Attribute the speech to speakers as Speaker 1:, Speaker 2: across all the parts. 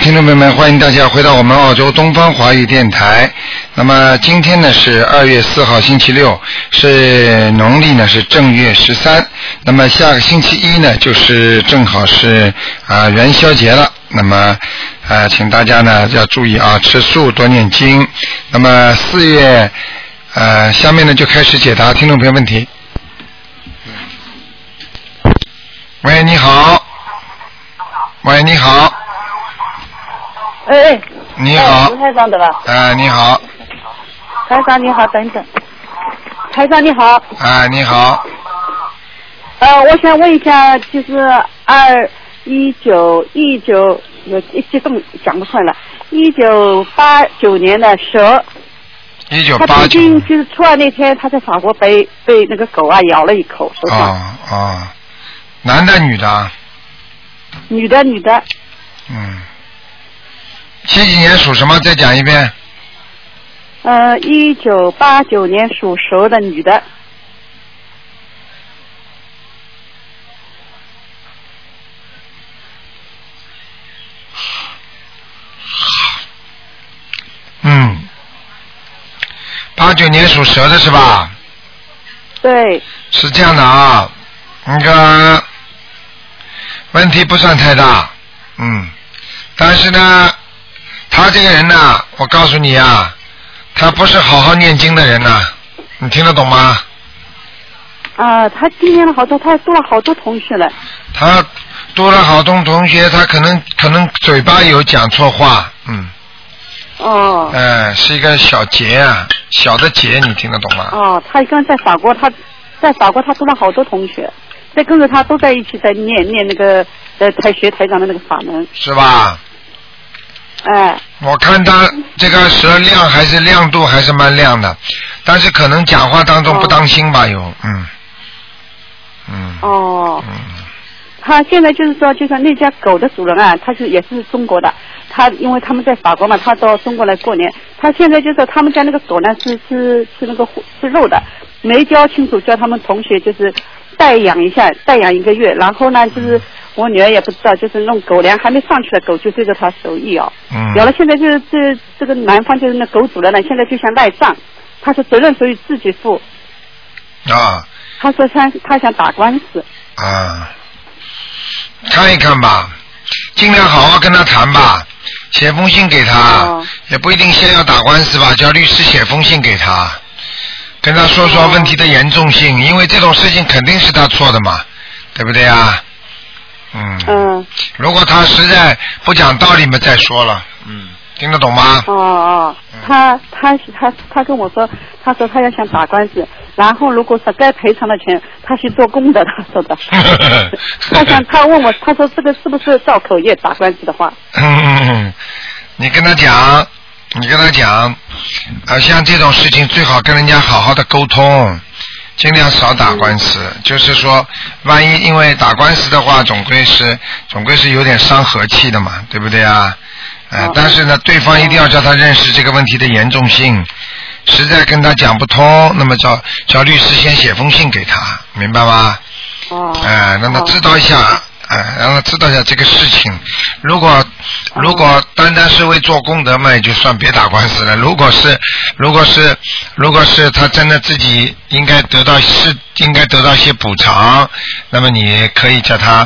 Speaker 1: 听众朋友们，欢迎大家回到我们澳洲东方华语电台。那么今天呢是二月四号，星期六，是农历呢是正月十三。那么下个星期一呢，就是正好是啊、元宵节了。那么呃，请大家呢要注意啊，吃素多念经。那么四月呃，下面呢就开始解答听众朋友问题。喂，你好。喂，你好，
Speaker 2: 哎哎，
Speaker 1: 你好
Speaker 2: 卢，台长对吧？
Speaker 1: 啊，你好，
Speaker 2: 台长你好，等等，台长你好，
Speaker 1: 啊，你好，
Speaker 2: 呃，我想问一下，就是二一九一九，有一激动讲不出来了，一九八九年的蛇，
Speaker 1: 一九
Speaker 2: 他
Speaker 1: 八
Speaker 2: 曾
Speaker 1: 九，
Speaker 2: 经就是初二那天，他在法国被被那个狗啊咬了一口，手上，
Speaker 1: 哦哦，男的女的啊，
Speaker 2: 女的女的，
Speaker 1: 嗯，七几年属什么？再讲一遍，
Speaker 2: 呃，一九八九年属蛇的女的，
Speaker 1: 嗯，八九年属蛇的是吧？
Speaker 2: 对，
Speaker 1: 是这样的啊，那个问题不算太大，嗯，但是呢，他这个人呢，我告诉你啊，他不是好好念经的人呐、你听得懂吗？
Speaker 2: 啊、他今年了好多，他多了好多同事了，
Speaker 1: 他多了好多同学，他可能可能嘴巴有讲错话，嗯，
Speaker 2: 哦。
Speaker 1: 哎、是一个小结啊，小的结，你听得懂吗？
Speaker 2: 哦，他刚在法国，他在法国他读了好多同学，在跟着他都在一起在念念那个呃台学台长的那个法门，
Speaker 1: 是吧？
Speaker 2: 哎，
Speaker 1: 我看他这个舌亮还是亮度还是蛮亮的，但是可能讲话当中不当心吧，有，嗯，嗯，
Speaker 2: 哦，
Speaker 1: 嗯，
Speaker 2: 他现在就是说，就像那家狗的主人啊，他是也是中国的，他因为他们在法国嘛，他到中国来过年，他现在就是说他们家那个狗呢是吃吃那个虎吃肉的，没教清楚，叫他们同学就是代养一下，代养一个月，然后呢就是我女儿也不知道，就是弄狗粮还没上去的狗就对着他手一咬。
Speaker 1: 嗯，
Speaker 2: 有了，现在就是这这个男方就是那狗主人呢，现在就想赖账，他说责任属于自己负，
Speaker 1: 啊
Speaker 2: 他说他他想打官司，
Speaker 1: 啊，看一看吧，尽量好好跟他谈吧，写封信给他，
Speaker 2: 哦
Speaker 1: 也不一定先要打官司吧，叫律师写封信给他，跟他说说
Speaker 2: 哦
Speaker 1: 问题的严重性，因为这种事情肯定是他错的嘛，对不对啊？
Speaker 2: 嗯，
Speaker 1: 如果他实在不讲道理嘛，再说了。嗯，听得懂吗？，
Speaker 2: 哦哦，他他他他跟我说，他说他要想打官司，然后如果是该赔偿的钱，他去做工的，他说的他想他问我，他说这个是不是造口业打官司的话？
Speaker 1: 嗯， 你跟他讲，你跟他讲，啊，像这种事情最好跟人家好好的沟通，尽量少打官司。就是说，万一因为打官司的话，总归是总归是有点伤和气的嘛，对不对啊？呃
Speaker 2: 哦，
Speaker 1: 但是呢，对方一定要叫他认识这个问题的严重性。实在跟他讲不通，那么叫叫律师先写封信给他，明白吗？
Speaker 2: 哦，
Speaker 1: 哎，让他
Speaker 2: 哦
Speaker 1: 知道一下，哎，让他知道一下这个事情。如果如果单单是为做功德嘛，也就算别打官司了。如果是如果是如果是他真的自己应该得到是应该得到一些补偿，那么你可以叫他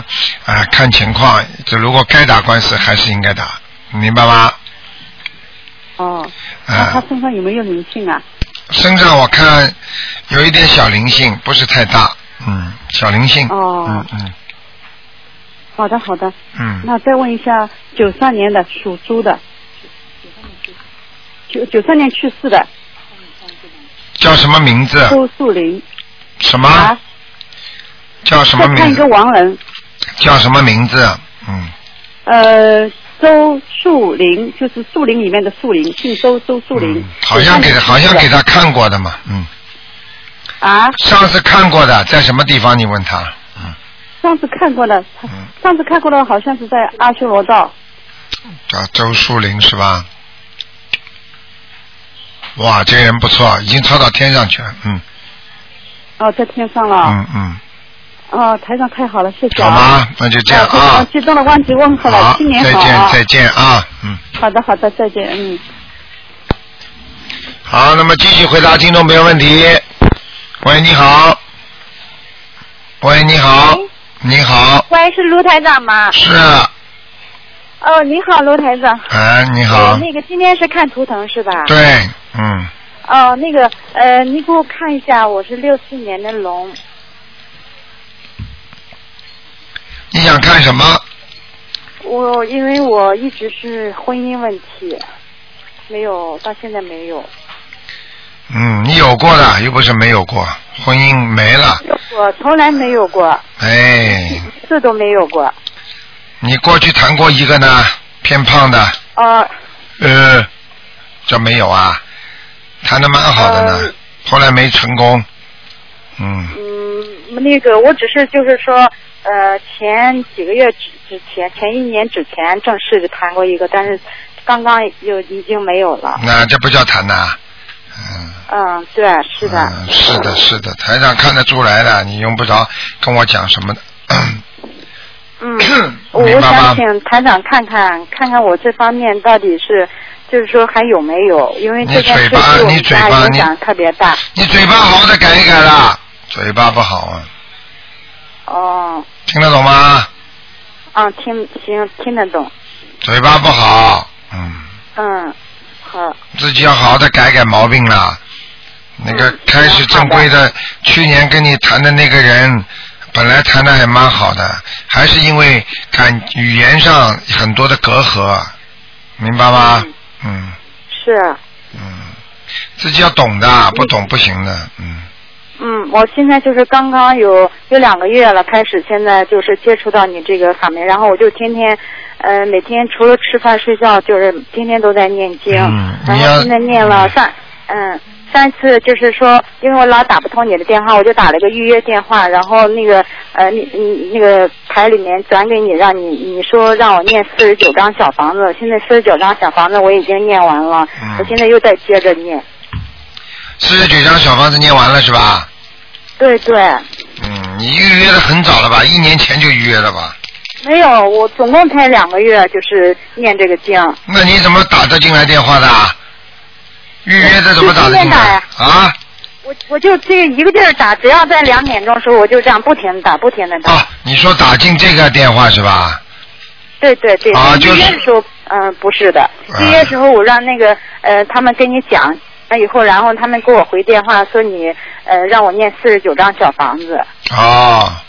Speaker 1: 啊、看情况，就如果该打官司还是应该打，明白吗？
Speaker 2: 哦，
Speaker 1: 啊、
Speaker 2: 那他身上有没有灵性啊？
Speaker 1: 身上我看有一点小灵性，不是太大，嗯，小灵性，
Speaker 2: 哦
Speaker 1: 嗯嗯
Speaker 2: 好的好的，
Speaker 1: 嗯。
Speaker 2: 那再问一下，九三年的属猪的，九九三年去世的
Speaker 1: 叫什么名字？
Speaker 2: 周树林
Speaker 1: 什么？
Speaker 2: 啊，
Speaker 1: 叫啊什
Speaker 2: 再
Speaker 1: 么
Speaker 2: 看
Speaker 1: 名
Speaker 2: 一
Speaker 1: 字
Speaker 2: 个？亡人，
Speaker 1: 叫什么名字？嗯，
Speaker 2: 呃，周树林就是树林里面的树林，姓周周树林
Speaker 1: 嗯。好像给
Speaker 2: 他
Speaker 1: 他，好像给他看过的嘛，嗯，
Speaker 2: 啊，
Speaker 1: 上次看过的，在什么地方？你问他，嗯，
Speaker 2: 上次看过的，
Speaker 1: 嗯
Speaker 2: 上次看过的好像是在阿修罗道，
Speaker 1: 叫周树林是吧？哇，这个人不错，已经超到天上去了，嗯
Speaker 2: 哦，在天上了。
Speaker 1: 嗯嗯，
Speaker 2: 哦，台长太好了，谢谢
Speaker 1: 好
Speaker 2: 啊。
Speaker 1: 吗？那就这样
Speaker 2: 台长
Speaker 1: 啊。
Speaker 2: 激动了，忘记问候了，
Speaker 1: 好
Speaker 2: 新，年
Speaker 1: 再
Speaker 2: 好
Speaker 1: 见
Speaker 2: 啊！
Speaker 1: 再见啊，嗯。
Speaker 2: 好的好的，再见，嗯。
Speaker 1: 好，那么继续回答听众朋友问题。喂，你好。喂，你好。你好，
Speaker 3: 喂，是卢台长吗？
Speaker 1: 是，啊，
Speaker 3: 哦，你好，卢台长。
Speaker 1: 哎你
Speaker 3: 呃
Speaker 1: 好，
Speaker 3: 那个今天是看图腾是吧？。
Speaker 1: 对，嗯，
Speaker 3: 哦，那个呃，你给我看一下，我是六四年的龙，
Speaker 1: 你想看什么？
Speaker 3: 我因为我一直是婚姻问题，没有到现在没有。
Speaker 1: 嗯，你有过的，又不是没有过，婚姻没了，
Speaker 3: 我从来没有过，
Speaker 1: 哎，
Speaker 3: 一次都没有过。
Speaker 1: 你过去谈过一个呢，偏胖的，
Speaker 3: 呃，
Speaker 1: 呃，这没有啊，谈的蛮好的呢，后来没成功，嗯，
Speaker 3: 嗯，那个我只是就是说，呃，前几个月之之前，前一年之前正式的谈过一个，但是刚刚又已经没有了。
Speaker 1: 那这不叫谈呐，嗯。
Speaker 3: 嗯，对，是的。
Speaker 1: 嗯，是的，是的，台上看得出来的，你用不着跟我讲什么的。
Speaker 3: 嗯， 我
Speaker 1: 明
Speaker 3: 我
Speaker 1: 白吗
Speaker 3: 想请台长看看，看看我这方面到底是，就是说还有没有？因为这件
Speaker 1: 你嘴
Speaker 3: 事
Speaker 1: 巴
Speaker 3: 对我
Speaker 1: 你
Speaker 3: 们
Speaker 1: 嘴
Speaker 3: 家
Speaker 1: 巴
Speaker 3: 影
Speaker 1: 你
Speaker 3: 响特别大。
Speaker 1: 你嘴巴好好的改一改啦，嘴巴不好啊，
Speaker 3: 哦，
Speaker 1: 听得懂吗？
Speaker 3: 嗯，听行听得懂。
Speaker 1: 嘴巴不好，嗯，
Speaker 3: 嗯，好，
Speaker 1: 自己要好好的改改毛病啦。那个开始正规的，去年跟你谈的那个人，本来谈的还蛮好的，还是因为感语言上很多的隔阂，明白吗？嗯
Speaker 3: 是，
Speaker 1: 嗯，自己要懂的，不懂不行的，嗯。
Speaker 3: 嗯，我现在就是刚刚有有两个月了，开始现在就是接触到你这个法门，然后我就天天，呃，每天除了吃饭睡觉，就是天天都在念经，
Speaker 1: 嗯
Speaker 3: 然
Speaker 1: 你要
Speaker 3: 后现在念了上，嗯。上次就是说，因为我老打不通你的电话，我就打了个预约电话，然后那个呃，你你那个台里面转给你，让你你说让我念四十九张小房子，现在四十九张小房子我已经念完了，
Speaker 1: 嗯
Speaker 3: 我现在又在接着念，
Speaker 1: 四十九张小房子念完了是吧？
Speaker 3: 对对。
Speaker 1: 嗯，你预约的很早了吧？一年前就预约了吧？
Speaker 3: 没有，我总共才两个月，就是念这个经。
Speaker 1: 那你怎么打得进来电话的啊？预约的怎么打得进
Speaker 3: 我随便打
Speaker 1: 来
Speaker 3: 呀？
Speaker 1: 啊
Speaker 3: 我我就这一个劲儿打，只要在两点钟的时候，我就这样不停的打，不停的打。
Speaker 1: 啊，你说打进这个电话是吧？
Speaker 3: 对对对，
Speaker 1: 啊就是
Speaker 3: 预约的时候，嗯、不是的，
Speaker 1: 啊
Speaker 3: 预约时候我让那个呃他们跟你讲，那以后然后他们给我回电话说你呃让我念四十九张小房子。
Speaker 1: 哦，
Speaker 3: 啊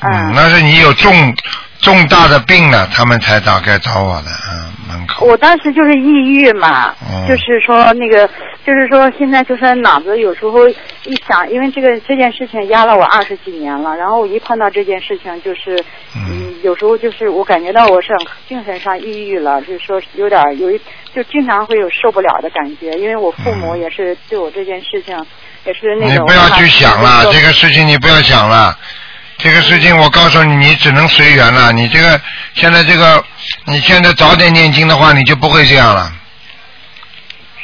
Speaker 1: 嗯，
Speaker 3: 嗯
Speaker 1: 那是你有重重大的病了，他们才大概找我的，嗯，门口。
Speaker 3: 我当时就是抑郁嘛，
Speaker 1: 嗯
Speaker 3: 就是说那个，就是说现在就是脑子有时候一想，因为这个这件事情压了我二十几年了，然后我一碰到这件事情就是，
Speaker 1: 嗯
Speaker 3: 嗯，有时候就是我感觉到我是很精神上抑郁了，就是说有点儿有一就经常会有受不了的感觉，因为我父母也是对我这件事情也是那
Speaker 1: 嗯你
Speaker 3: 种。
Speaker 1: 不要去想了，这个事情你不要想了。这个事情我告诉你，你只能随缘了。你这个现在这个，你现在早点念经的话，你就不会这样了。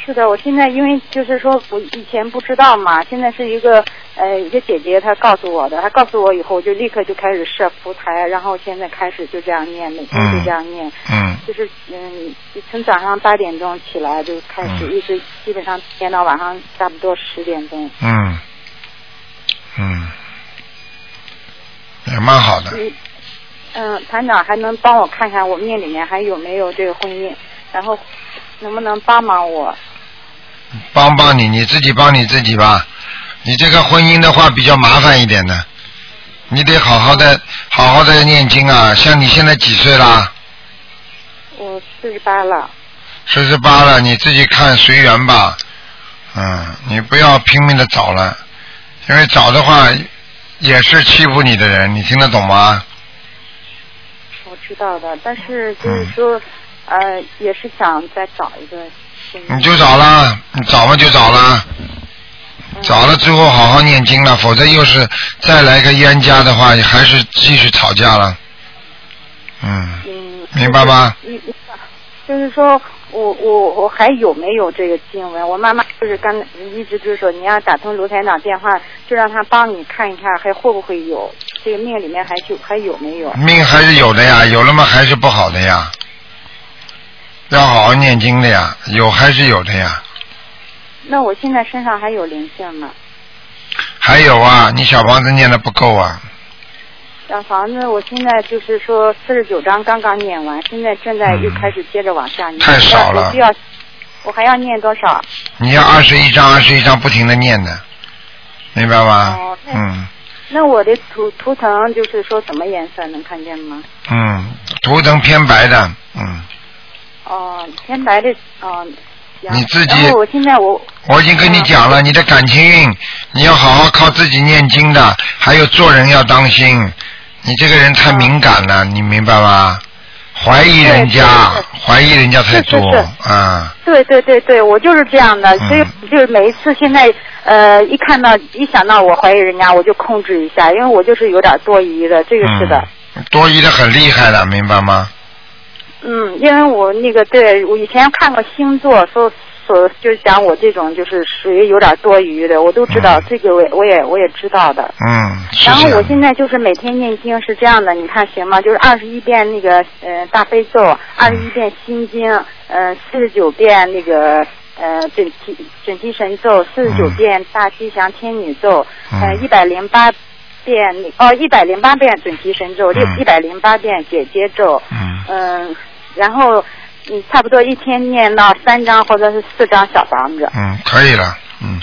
Speaker 3: 是的，我现在因为就是说我以前不知道嘛，现在是一个呃一个姐姐她告诉我的，她告诉我以后我就立刻就开始设佛台，然后现在开始就这样念，每天就这样念，
Speaker 1: 嗯
Speaker 3: 就是嗯从早上八点钟起来就开始，
Speaker 1: 嗯
Speaker 3: 一直基本上念到晚上差不多十点钟。
Speaker 1: 嗯嗯，也蛮好的。
Speaker 3: 嗯嗯，团长还能帮我看看我命里面还有没有这个婚姻，然后能不能帮忙我？
Speaker 1: 帮帮你，你自己帮你自己吧。你这个婚姻的话比较麻烦一点的，你得好好的好好的念经啊。像你现在几岁啦？
Speaker 3: 我四十八了，
Speaker 1: 四十八了，你自己看随缘吧。嗯，你不要拼命的找了，因为找的话也是欺负你的人，你听得懂吗？
Speaker 3: 我知道的，但
Speaker 1: 嗯
Speaker 3: 是就是说，呃，也是想再找一个新的。
Speaker 1: 你就找啦，你找嘛就找啦，找了之后好好念经了，否则又是再来个冤家的话，还是继续吵架了。嗯，
Speaker 3: 嗯，
Speaker 1: 明白吗？
Speaker 3: 你你就是说我我我还有没有这个经文？我妈妈就是刚一直就是说，你要打通卢台长电话，就让她帮你看一看还会不会有。这个命里面还就还有没有？
Speaker 1: 命还是有的呀，有了嘛还是不好的呀，要好好念经的呀，有还是有的呀。
Speaker 3: 那我现在身上还有灵性吗？
Speaker 1: 还有啊，你小房子念的不够啊，
Speaker 3: 小房子，我现在就是说四十九章刚刚念完，现在正在又开始接着往下念。
Speaker 1: 太少了啊
Speaker 3: 我需要，我还要念多少？
Speaker 1: 你要二十一张二十一张不停的念的，明白吗
Speaker 3: 哦？那
Speaker 1: 嗯
Speaker 3: 那我的图图腾就是说什么颜色能看见吗？
Speaker 1: 嗯，图腾偏白的，嗯，
Speaker 3: 哦，偏白的，哦。行
Speaker 1: 你自己
Speaker 3: 然后我现在我嗯
Speaker 1: 我已经跟你讲了，你的感情运，你要好好靠自己念经的，还有做人要当心，你这个人太敏感了，你明白吧？怀疑人家
Speaker 3: 嗯对对，
Speaker 1: 怀疑人家太多
Speaker 3: 是是
Speaker 1: 啊。
Speaker 3: 对对对对，我就是这样的，
Speaker 1: 嗯
Speaker 3: 所以就是每一次现在呃，一看到一想到我怀疑人家，我就控制一下，因为我就是有点多疑的，这个是的。
Speaker 1: 嗯，多疑的很厉害的，明白吗？
Speaker 3: 嗯，因为我那个对我以前看过星座，说所就是讲我这种就是属于有点多余的，我都知道、
Speaker 1: 嗯
Speaker 3: 这个我也我也我也知道的。
Speaker 1: 嗯，是
Speaker 3: 然后
Speaker 1: 这样
Speaker 3: 我现在就是每天念经是这样的，你看行吗？就是二十一遍那个呃大悲咒，二
Speaker 1: 嗯
Speaker 3: 十一遍心经，呃四十九遍那个呃准提准提神咒，四十九
Speaker 1: 嗯
Speaker 3: 遍大吉祥天女咒，呃
Speaker 1: 嗯
Speaker 3: 一百零八遍哦一百零八遍准提神咒，六
Speaker 1: 嗯
Speaker 3: 一百零八遍解结咒，
Speaker 1: 嗯
Speaker 3: 嗯、然后嗯差不多一天念到三张或者是四张小房子，
Speaker 1: 嗯，可以了，嗯，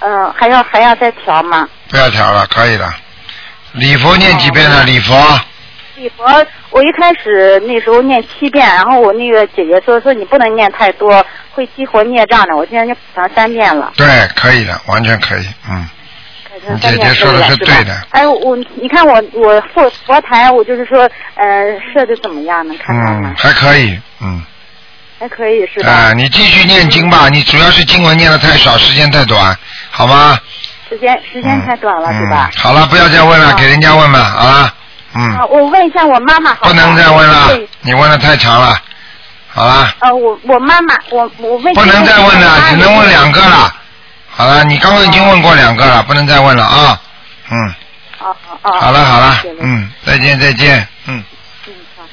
Speaker 3: 嗯、还要还要再调吗？
Speaker 1: 不要调了，可以了。礼佛念几遍
Speaker 3: 嗯
Speaker 1: 了？礼佛，
Speaker 3: 礼佛，我一开始那时候念七遍，然后我那个姐姐说说你不能念太多，会激活孽障的。我现在就改成三遍了，
Speaker 1: 对，可以的，完全可以，嗯，
Speaker 3: 改成三遍
Speaker 1: 你姐姐说的是对的
Speaker 3: 吧哎，我你看我我佛佛台，我就是说呃设的怎么样？能看到吗
Speaker 1: 嗯，？还可以，嗯，
Speaker 3: 还可以是吧？嗯
Speaker 1: 啊，你继续念经吧，你主要是经文念的太少，时间太短，好吗？
Speaker 3: 时间时
Speaker 1: 时
Speaker 3: 间太短了，
Speaker 1: 嗯、
Speaker 3: 对吧
Speaker 1: 嗯？好了，不要再问了，
Speaker 3: 啊
Speaker 1: 给人家问吧，啊，
Speaker 3: 啊，
Speaker 1: 嗯，
Speaker 3: 我问一下我妈妈好
Speaker 1: 不
Speaker 3: 吗
Speaker 1: 能再问了
Speaker 3: 对，
Speaker 1: 你问的太长了，好了。
Speaker 3: 呃，我我妈妈，我我问
Speaker 1: 不能再问了，只能问两个。了。好了，你刚刚已经问过两个了，不能再问了啊。嗯，
Speaker 3: 哦哦哦，
Speaker 1: 好了好了
Speaker 3: 行，了，
Speaker 1: 嗯，再见再见，嗯。
Speaker 3: 嗯好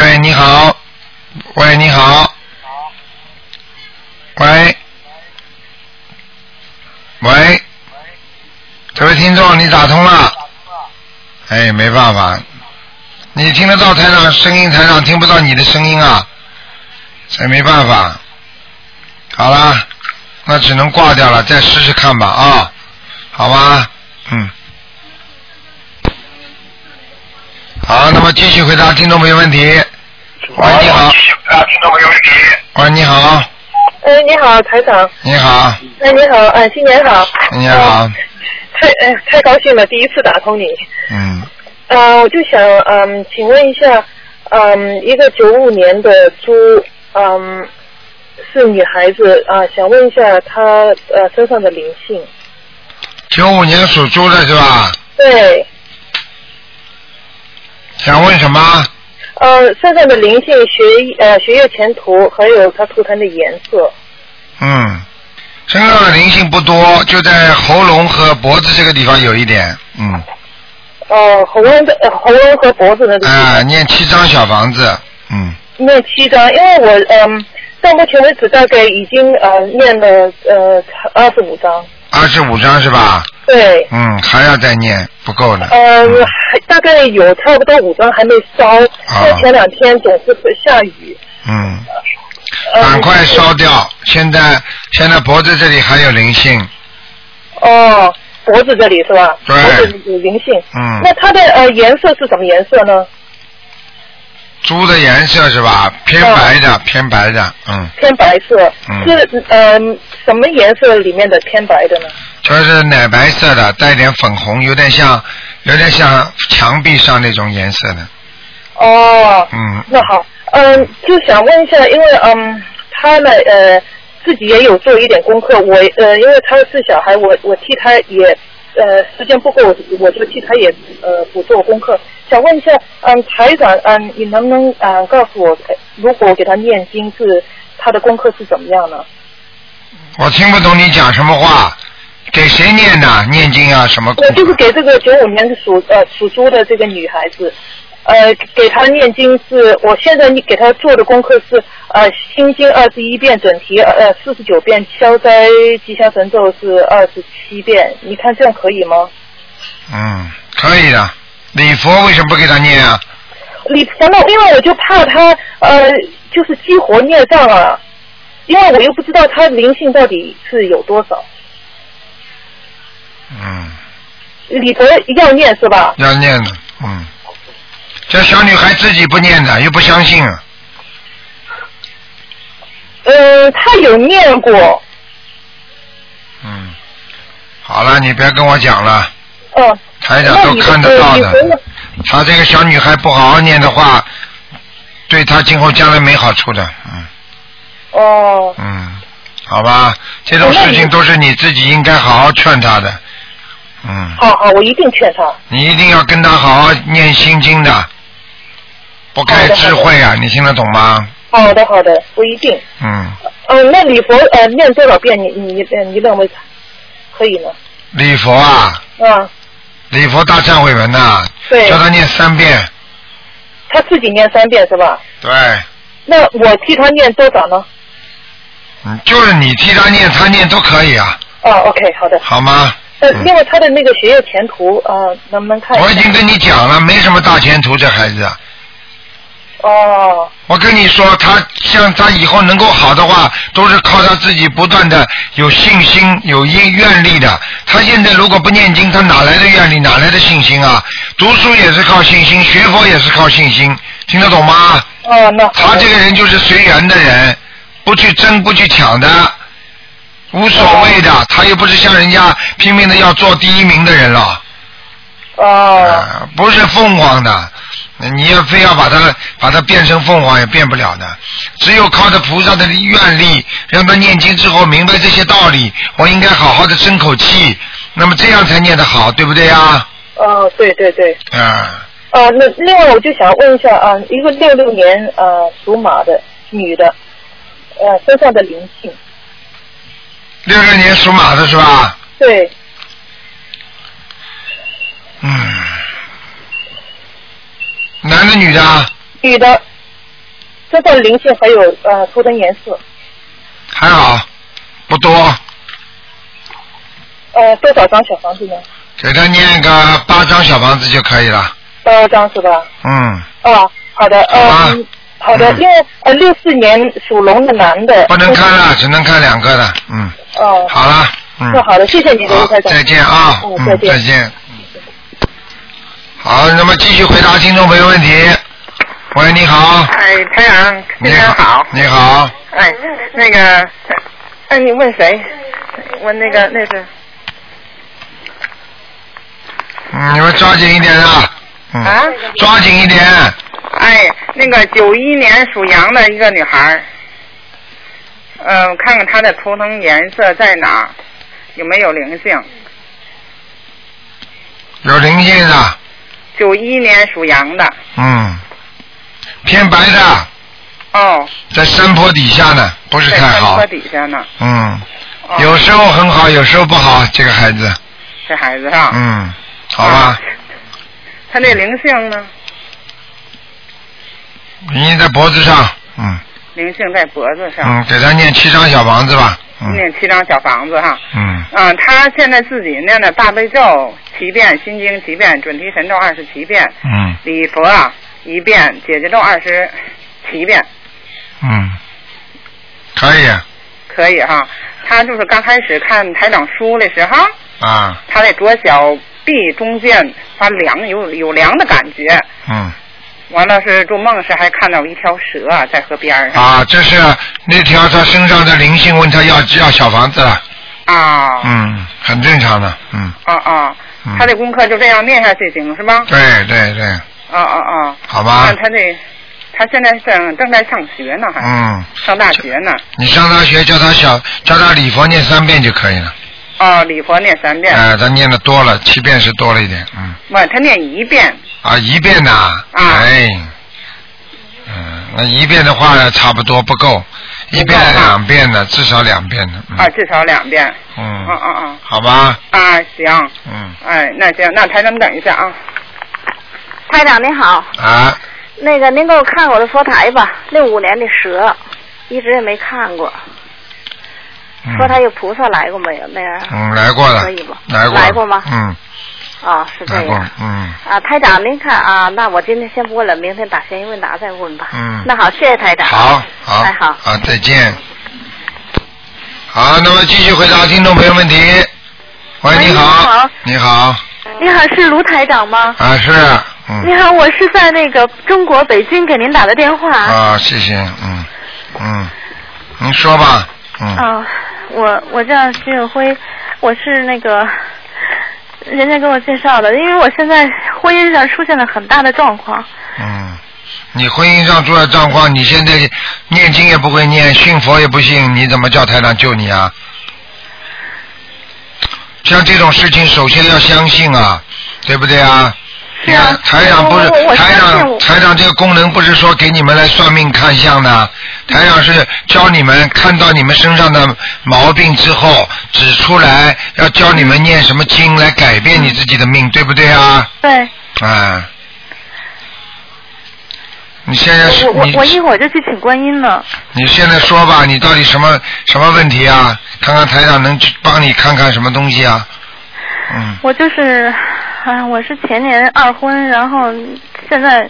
Speaker 1: 喂，你好，喂，你好，喂，喂，这位听众，你打通了？哎，没办法，你听得到台长声音，台长听不到你的声音啊，这没办法。好啦，那只能挂掉了，再试试看吧啊，好吧，嗯。好，那么继续回答听众朋友问题。喂，你好。喂，你好，
Speaker 4: 哎，你好，台长。
Speaker 1: 你好，
Speaker 4: 哎，你好，哎，新年好。
Speaker 1: 你好
Speaker 4: 呃。太哎，太高兴了，第一次打通你。
Speaker 1: 嗯，
Speaker 4: 呃，我就想，嗯，请问一下，嗯，一个九五年的猪，嗯，是女孩子啊、想问一下她呃身上的灵性。
Speaker 1: 九五年属猪的是吧？
Speaker 4: 对，
Speaker 1: 想问什么？
Speaker 4: 呃，身上的灵性学呃学业前途，还有它图腾的颜色。
Speaker 1: 嗯，身上的灵性不多，就在喉咙和脖子这个地方有一点。嗯，
Speaker 4: 呃，喉咙的、呃、喉咙和脖子的地方。
Speaker 1: 啊、念七张小房子。嗯，
Speaker 4: 那七张，因为我嗯，到目前为止大概已经呃念了呃二十五张，
Speaker 1: 二十五张是吧？
Speaker 4: 对，
Speaker 1: 嗯，还要再念，不够的。
Speaker 4: 呃
Speaker 1: 嗯
Speaker 4: 还大概有差不多五张还没烧，
Speaker 1: 啊
Speaker 4: 因为前两天总是会下雨，
Speaker 1: 嗯，
Speaker 4: 呃、
Speaker 1: 赶快烧掉。现在现在脖子这里还有灵性。
Speaker 4: 哦，脖子这里是吧？
Speaker 1: 对
Speaker 4: 脖子有灵性。
Speaker 1: 嗯，
Speaker 4: 那它的呃颜色是什么颜色呢？
Speaker 1: 猪的颜色是吧？偏白的，偏白的。嗯。
Speaker 4: 偏白色，
Speaker 1: 嗯
Speaker 4: 是呃什么颜色里面的偏白的呢？
Speaker 1: 就是奶白色的，带点粉红，有点像，有点像墙壁上那种颜色的。
Speaker 4: 哦，
Speaker 1: 嗯
Speaker 4: 那好，嗯，就想问一下，因为嗯，他呢，呃，自己也有做一点功课，我呃，因为他是小孩，我我替他也呃时间不够，我就替他也呃补做功课。想问一下，嗯，台长，嗯，你能不能嗯、呃告诉我，呃如果我给他念经是他的功课是怎么样呢？
Speaker 1: 我听不懂你讲什么话，给谁念的？念经啊，什么苦
Speaker 4: 我？就是给这个九五年属呃属猪的这个女孩子，呃，给她念经是，我现在你给她做的功课是呃心经二十一遍准提呃四十九遍，消灾吉祥神咒是二十七遍，你看这样可以吗？
Speaker 1: 嗯，可以的。礼佛为什么不给他念啊？
Speaker 4: 你然后因为我就怕她呃就是激活孽障啊，因为我又不知道她灵性到底是有多少，
Speaker 1: 嗯，
Speaker 4: 里头要念是吧？
Speaker 1: 要念的，嗯。这小女孩自己不念的，又不相信，
Speaker 4: 嗯，她有念过，哦
Speaker 1: 嗯。好了，你不要跟我讲了，
Speaker 4: 嗯、
Speaker 1: 台长都看得到的。她这个小女孩不好好念的话，对她今后将来没好处的，嗯
Speaker 4: 哦，
Speaker 1: 嗯，好吧，这种事情都是你自己应该好好劝她的，嗯，
Speaker 4: 好好，我一定劝他。
Speaker 1: 你一定要跟她好好念心经的，不开智慧啊，你听得懂吗？
Speaker 4: 好的，好的，我一定。
Speaker 1: 嗯，
Speaker 4: 嗯，那礼佛呃念多少遍？你你呃你认为可以呢？
Speaker 1: 礼佛啊，
Speaker 4: 啊，
Speaker 1: 礼佛大忏悔文呐、
Speaker 4: 对
Speaker 1: 叫他念三遍，
Speaker 4: 他自己念三遍是吧？
Speaker 1: 对，
Speaker 4: 那我替他念多少呢？
Speaker 1: 嗯，就是你替他念，他念都可以啊，
Speaker 4: 啊哦，OK，好的。
Speaker 1: 好吗？
Speaker 4: 呃，
Speaker 1: 嗯
Speaker 4: 另外他的那个学业前途啊、呃能不能看一下？
Speaker 1: 我已经跟你讲了，没什么大前途，这孩子。啊
Speaker 4: 哦，
Speaker 1: 我跟你说，他像他以后能够好的话，都是靠他自己不断的有信心、有愿愿力的。他现在如果不念经，他哪来的愿力，哪来的信心啊？读书也是靠信心，学佛也是靠信心，听得懂吗？
Speaker 4: 哦，那好
Speaker 1: 他
Speaker 4: 的
Speaker 1: 这个人就是随缘的人，不去争，不去抢的，无所谓
Speaker 4: 啊
Speaker 1: 的。他又不是像人家拼命的要做第一名的人了。
Speaker 4: 哦，
Speaker 1: 啊，不是凤凰的，你要非要把它把它变成凤凰也变不了的，只有靠着菩萨的愿力，让他念经之后明白这些道理，我应该好好的争口气，那么这样才念得好，对不对呀？
Speaker 4: 哦，对对对。
Speaker 1: 啊，
Speaker 4: 啊，那另外我就想问一下啊，一个六六年啊属马的女的，呃，身上的灵性，
Speaker 1: 六六年属马的是吧？
Speaker 4: 对，
Speaker 1: 嗯，男的女的啊？
Speaker 4: 女的，身上灵性还有呃图腾颜色，
Speaker 1: 还好，不多，
Speaker 4: 呃，多少张小房子呢？
Speaker 1: 给他念个八张小房子就可以了。
Speaker 4: 八张是吧？
Speaker 1: 嗯，
Speaker 4: 啊，好的，
Speaker 5: 呃
Speaker 1: 好
Speaker 4: 嗯
Speaker 1: 吧，
Speaker 4: 好的，
Speaker 1: 嗯
Speaker 4: 因为呃六四年属龙的男的，
Speaker 1: 不能看了，只能看两个的。嗯。
Speaker 4: 哦，
Speaker 1: 好了，嗯，
Speaker 4: 那好的，谢谢你，
Speaker 1: 好
Speaker 4: 卢台长，
Speaker 1: 再见啊，
Speaker 4: 嗯
Speaker 1: 嗯，
Speaker 4: 再见
Speaker 1: 再见。好，那么继续回答听众朋友问题。喂，你好，
Speaker 6: 哎，台长，
Speaker 1: 你
Speaker 6: 非常好。
Speaker 1: 你好，
Speaker 6: 哎，那个，哎，你问谁？问那个那个
Speaker 1: 嗯，你们抓紧一点啊，嗯，
Speaker 6: 啊？
Speaker 1: 抓紧一点，
Speaker 6: 哎，那个九一年属羊的一个女孩儿，呃，我看看她的图腾颜色在哪儿，有没有灵性？
Speaker 1: 有灵性的，
Speaker 6: 九一年属羊的，
Speaker 1: 嗯，偏白的，
Speaker 6: 哦，
Speaker 1: 在山坡底下呢，不是
Speaker 6: 在
Speaker 1: 太
Speaker 6: 山
Speaker 1: 好
Speaker 6: 坡，底下呢。
Speaker 1: 嗯，
Speaker 6: 哦、
Speaker 1: 有时候很好，有时候不好，这个孩子，
Speaker 6: 这孩子啊，
Speaker 1: 嗯，好吧
Speaker 6: 啊，她那灵性呢？
Speaker 1: 你在脖子
Speaker 6: 哦
Speaker 1: 上，嗯
Speaker 6: 灵性在脖子上，
Speaker 1: 嗯，给他念七张小房子吧，嗯
Speaker 6: 念七张小房子哈、
Speaker 1: 嗯。
Speaker 6: 嗯，他现在自己念的大悲咒七遍，心经七遍，准提神咒二十七遍，
Speaker 1: 嗯
Speaker 6: 礼佛啊一遍，姐姐咒二十七遍，
Speaker 1: 嗯，可以啊
Speaker 6: 可以哈。他就是刚开始看台长书的时候，
Speaker 1: 啊，
Speaker 6: 他的左小臂中间发凉，有有凉的感觉。
Speaker 1: 嗯
Speaker 6: 完了是做梦时还看到一条蛇在河边上
Speaker 1: 啊，这是那条他身上的灵性问他要要小房子了，
Speaker 6: 啊
Speaker 1: 嗯，很正常的，嗯
Speaker 6: 啊啊！
Speaker 1: 嗯
Speaker 6: 他，的功课就这样念下去行是吧？
Speaker 1: 对对对，
Speaker 6: 啊啊啊！
Speaker 1: 好
Speaker 6: 那、
Speaker 1: 吧，
Speaker 6: 他得，他现在正正在上学呢，还、
Speaker 1: 嗯，
Speaker 6: 上大学呢。
Speaker 1: 你上大学叫他小叫他礼佛念三遍就可以了，
Speaker 6: 哦，礼佛念三遍，
Speaker 1: 哎，他念的多了，七遍是多了一点，嗯
Speaker 6: 不、他念一遍。
Speaker 1: 啊，一遍呐，
Speaker 6: 啊
Speaker 1: 哎，嗯，那一遍的话差不多不够，一遍
Speaker 6: 不够啊
Speaker 1: 两遍的，至少两遍的。嗯
Speaker 6: 啊，至少两遍。嗯
Speaker 1: 嗯，
Speaker 6: 嗯嗯
Speaker 1: 好吧，
Speaker 6: 啊，行，
Speaker 1: 嗯
Speaker 6: 哎，那行，那台长你等一下啊。
Speaker 7: 台长您好，
Speaker 1: 啊，
Speaker 7: 那个您给我看我的佛台吧，六五年的蛇，一直也没看过。
Speaker 1: 嗯
Speaker 7: 佛台有菩萨来过没有？那样
Speaker 1: 嗯，来过了
Speaker 7: 可以不，
Speaker 1: 来过了，
Speaker 7: 来过吗
Speaker 1: 嗯，
Speaker 7: 啊，是这
Speaker 1: 来过
Speaker 7: 样。，
Speaker 1: 嗯，
Speaker 7: 啊，台长，您看啊，那我今天先不问了，明天打闲问答再问吧。
Speaker 1: 嗯
Speaker 7: 那好，谢谢台长。
Speaker 1: 好，好
Speaker 7: 哎，好，
Speaker 1: 好，再见。好，那么继续回答听众朋友问题。喂，
Speaker 7: 喂
Speaker 1: 你好，你
Speaker 7: 你
Speaker 1: 好，
Speaker 7: 你好，是卢台长吗？
Speaker 1: 啊，是，嗯，
Speaker 7: 好，我是在那个中国北京给您打的电话。
Speaker 1: 啊，谢谢，嗯，嗯，您说吧，嗯，
Speaker 7: 啊，我我叫徐永辉，我是那个人家给我介绍的，因为我现在婚姻上出现了很大的状况。
Speaker 1: 嗯，你婚姻上出了状况，你现在念经也不会念，信佛也不信，你怎么叫台长救你啊？像这种事情，首先要相信啊，对不对啊？你
Speaker 7: 是啊
Speaker 1: 看台长不是
Speaker 7: 我我我
Speaker 1: 台
Speaker 7: 相信
Speaker 1: 长，
Speaker 7: 我
Speaker 1: 台长这个功能不是说给你们来算命看相的，台长是教你们看到你们身上的毛病之后指出来，要教你们念什么经来改变你自己的命，对不对啊？
Speaker 7: 对，
Speaker 1: 啊，你现在是
Speaker 7: 我我
Speaker 1: 你
Speaker 7: 我一会儿就去请观音了。
Speaker 1: 你现在说吧，你到底什么什么问题啊？看看台长能去帮你看看什么东西啊？嗯
Speaker 7: 我就是，哎，我是前年二婚，然后现在。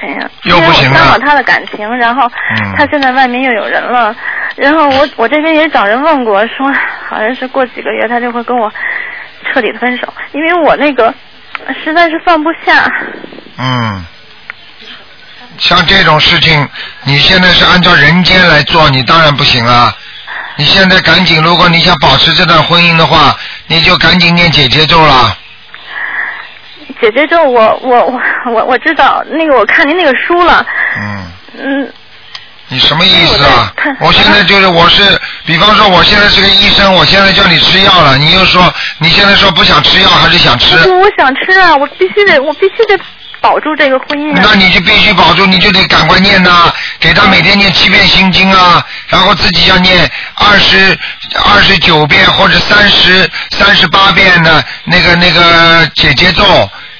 Speaker 7: 哎呀，因
Speaker 1: 又
Speaker 7: 为
Speaker 1: 不
Speaker 7: 我
Speaker 1: 行
Speaker 7: 伤
Speaker 1: 了
Speaker 7: 了他的感情，然后
Speaker 1: 嗯
Speaker 7: 他现在外面又有人了，然后 我我这边也找人问过，说好像是过几个月他就会跟我彻底分手，因为我那个实在是放不下。
Speaker 1: 嗯，像这种事情，你现在是按照人间来做，你当然不行啊。你现在赶紧，如果你想保持这段婚姻的话，你就赶紧念姐姐咒了。
Speaker 7: 姐姐咒我我我我我知道那个我看您那个书了，
Speaker 1: 嗯。
Speaker 7: 嗯
Speaker 1: 你什么意思啊
Speaker 7: 哎我在看？
Speaker 1: 我现在就是我是，比方说我现在是个医生，我现在叫你吃药了，你又说你现在说不想吃药还是想吃
Speaker 7: 不，过我想吃啊，我必须得我必须得保住这个婚姻
Speaker 1: 那
Speaker 7: 啊。
Speaker 1: 你就必须保住，你就得赶快念呐、给他每天念七遍心经啊，然后自己要念二十二十九遍或者三十三十八遍的那个那个姐姐咒。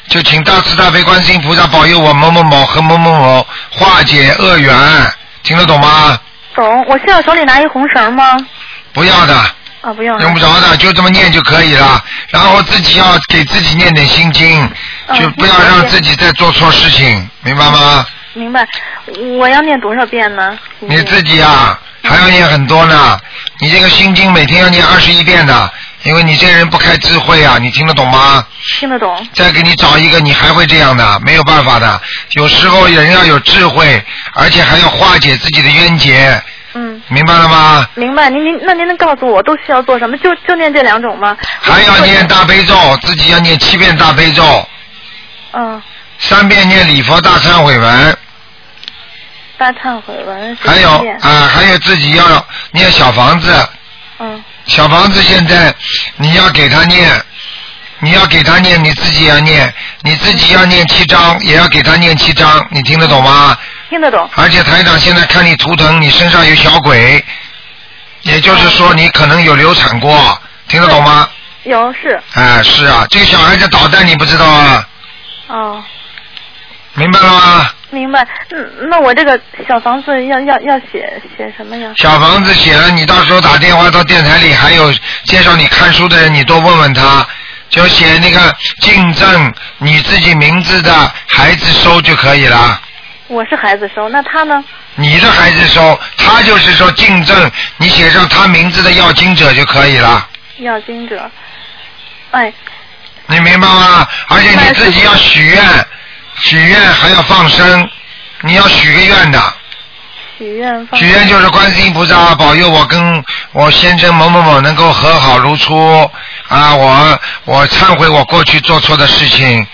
Speaker 1: 就请大慈大悲观世音菩萨保佑我某某某和某某某化解恶缘，听得懂吗？
Speaker 7: 懂？我需要手里拿一红绳吗？
Speaker 1: 不要的，
Speaker 7: 啊，不用了。
Speaker 1: 用不着的，就这么念就可以了。然后自己要给自己念点心经，
Speaker 7: 嗯
Speaker 1: 就不要让自己再做错事情，明白吗？
Speaker 7: 明白，我要念多少遍呢？
Speaker 1: 你自己啊，还要念很多呢。你这个心经每天要念二十一遍的，因为你这人不开智慧啊，你听得懂吗？
Speaker 7: 听得懂？
Speaker 1: 再给你找一个，你还会这样的，没有办法的。有时候人要有智慧，而且还要化解自己的冤结，
Speaker 7: 嗯，
Speaker 1: 明白了吗？
Speaker 7: 明白。您您那您能告诉我都需要做什么？就就念这两种吗？
Speaker 1: 还要念大悲咒，自己要念七遍大悲咒。
Speaker 7: 嗯，
Speaker 1: 三遍念礼佛大忏悔文，
Speaker 7: 大忏悔文。
Speaker 1: 还有啊、
Speaker 7: 随便念
Speaker 1: 还有自己要念小房子，
Speaker 7: 嗯，
Speaker 1: 小房子现在你要给他念，你要给他念，你自己要念，你自己要念七章，也要给他念七章，你听得懂吗？
Speaker 7: 听得懂。
Speaker 1: 而且台长现在看你图腾，你身上有小鬼，也就是说
Speaker 7: 嗯
Speaker 1: 你可能有流产过，听得懂吗？
Speaker 7: 有是
Speaker 1: 哎、是啊，这个小孩子捣蛋你不知道啊，
Speaker 7: 哦，
Speaker 1: 明白了吗？
Speaker 7: 明白。嗯，那我这个小房子要要要写写什么呀？
Speaker 1: 小房子写了，你到时候打电话到电台里，还有介绍你看书的人，你多问问他，就写那个进赠你自己名字的孩子收就可以了。
Speaker 7: 我是孩子收，那他呢？
Speaker 1: 你的孩子收，他就是说进赠你写上他名字的要经者就可以了，
Speaker 7: 要经者。哎，
Speaker 1: 你明白吗？而且你自己要许愿，许愿还要放生，你要许个愿的。
Speaker 7: 许愿放
Speaker 1: 许愿就是观世音菩萨保佑我跟我先生某某某能够和好如初啊！我我忏悔我过去做错的事情，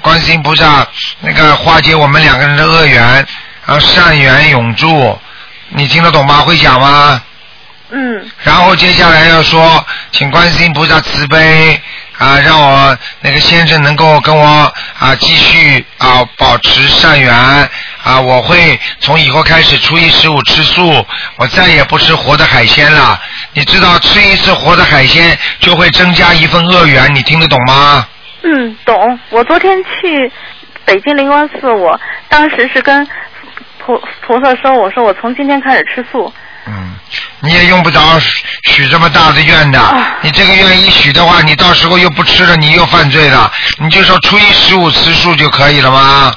Speaker 1: 观世音菩萨那个化解我们两个人的恶缘，然后善缘永驻。你听得懂吗？会讲吗？
Speaker 7: 嗯
Speaker 1: 然后接下来要说，请观世音菩萨慈悲啊，让我那个先生能够跟我啊继续啊保持善缘啊，我会从以后开始初一十五吃素，我再也不吃活的海鲜了。你知道吃一次活的海鲜就会增加一份恶缘，你听得懂吗？
Speaker 7: 嗯，懂。我昨天去北京灵光寺，我当时是跟菩菩萨说，我说我从今天开始吃素。
Speaker 1: 嗯，你也用不着许许这么大的愿的。你这个愿一许的话，你到时候又不吃了，你又犯罪了。你就说初一十五吃素就可以了吗？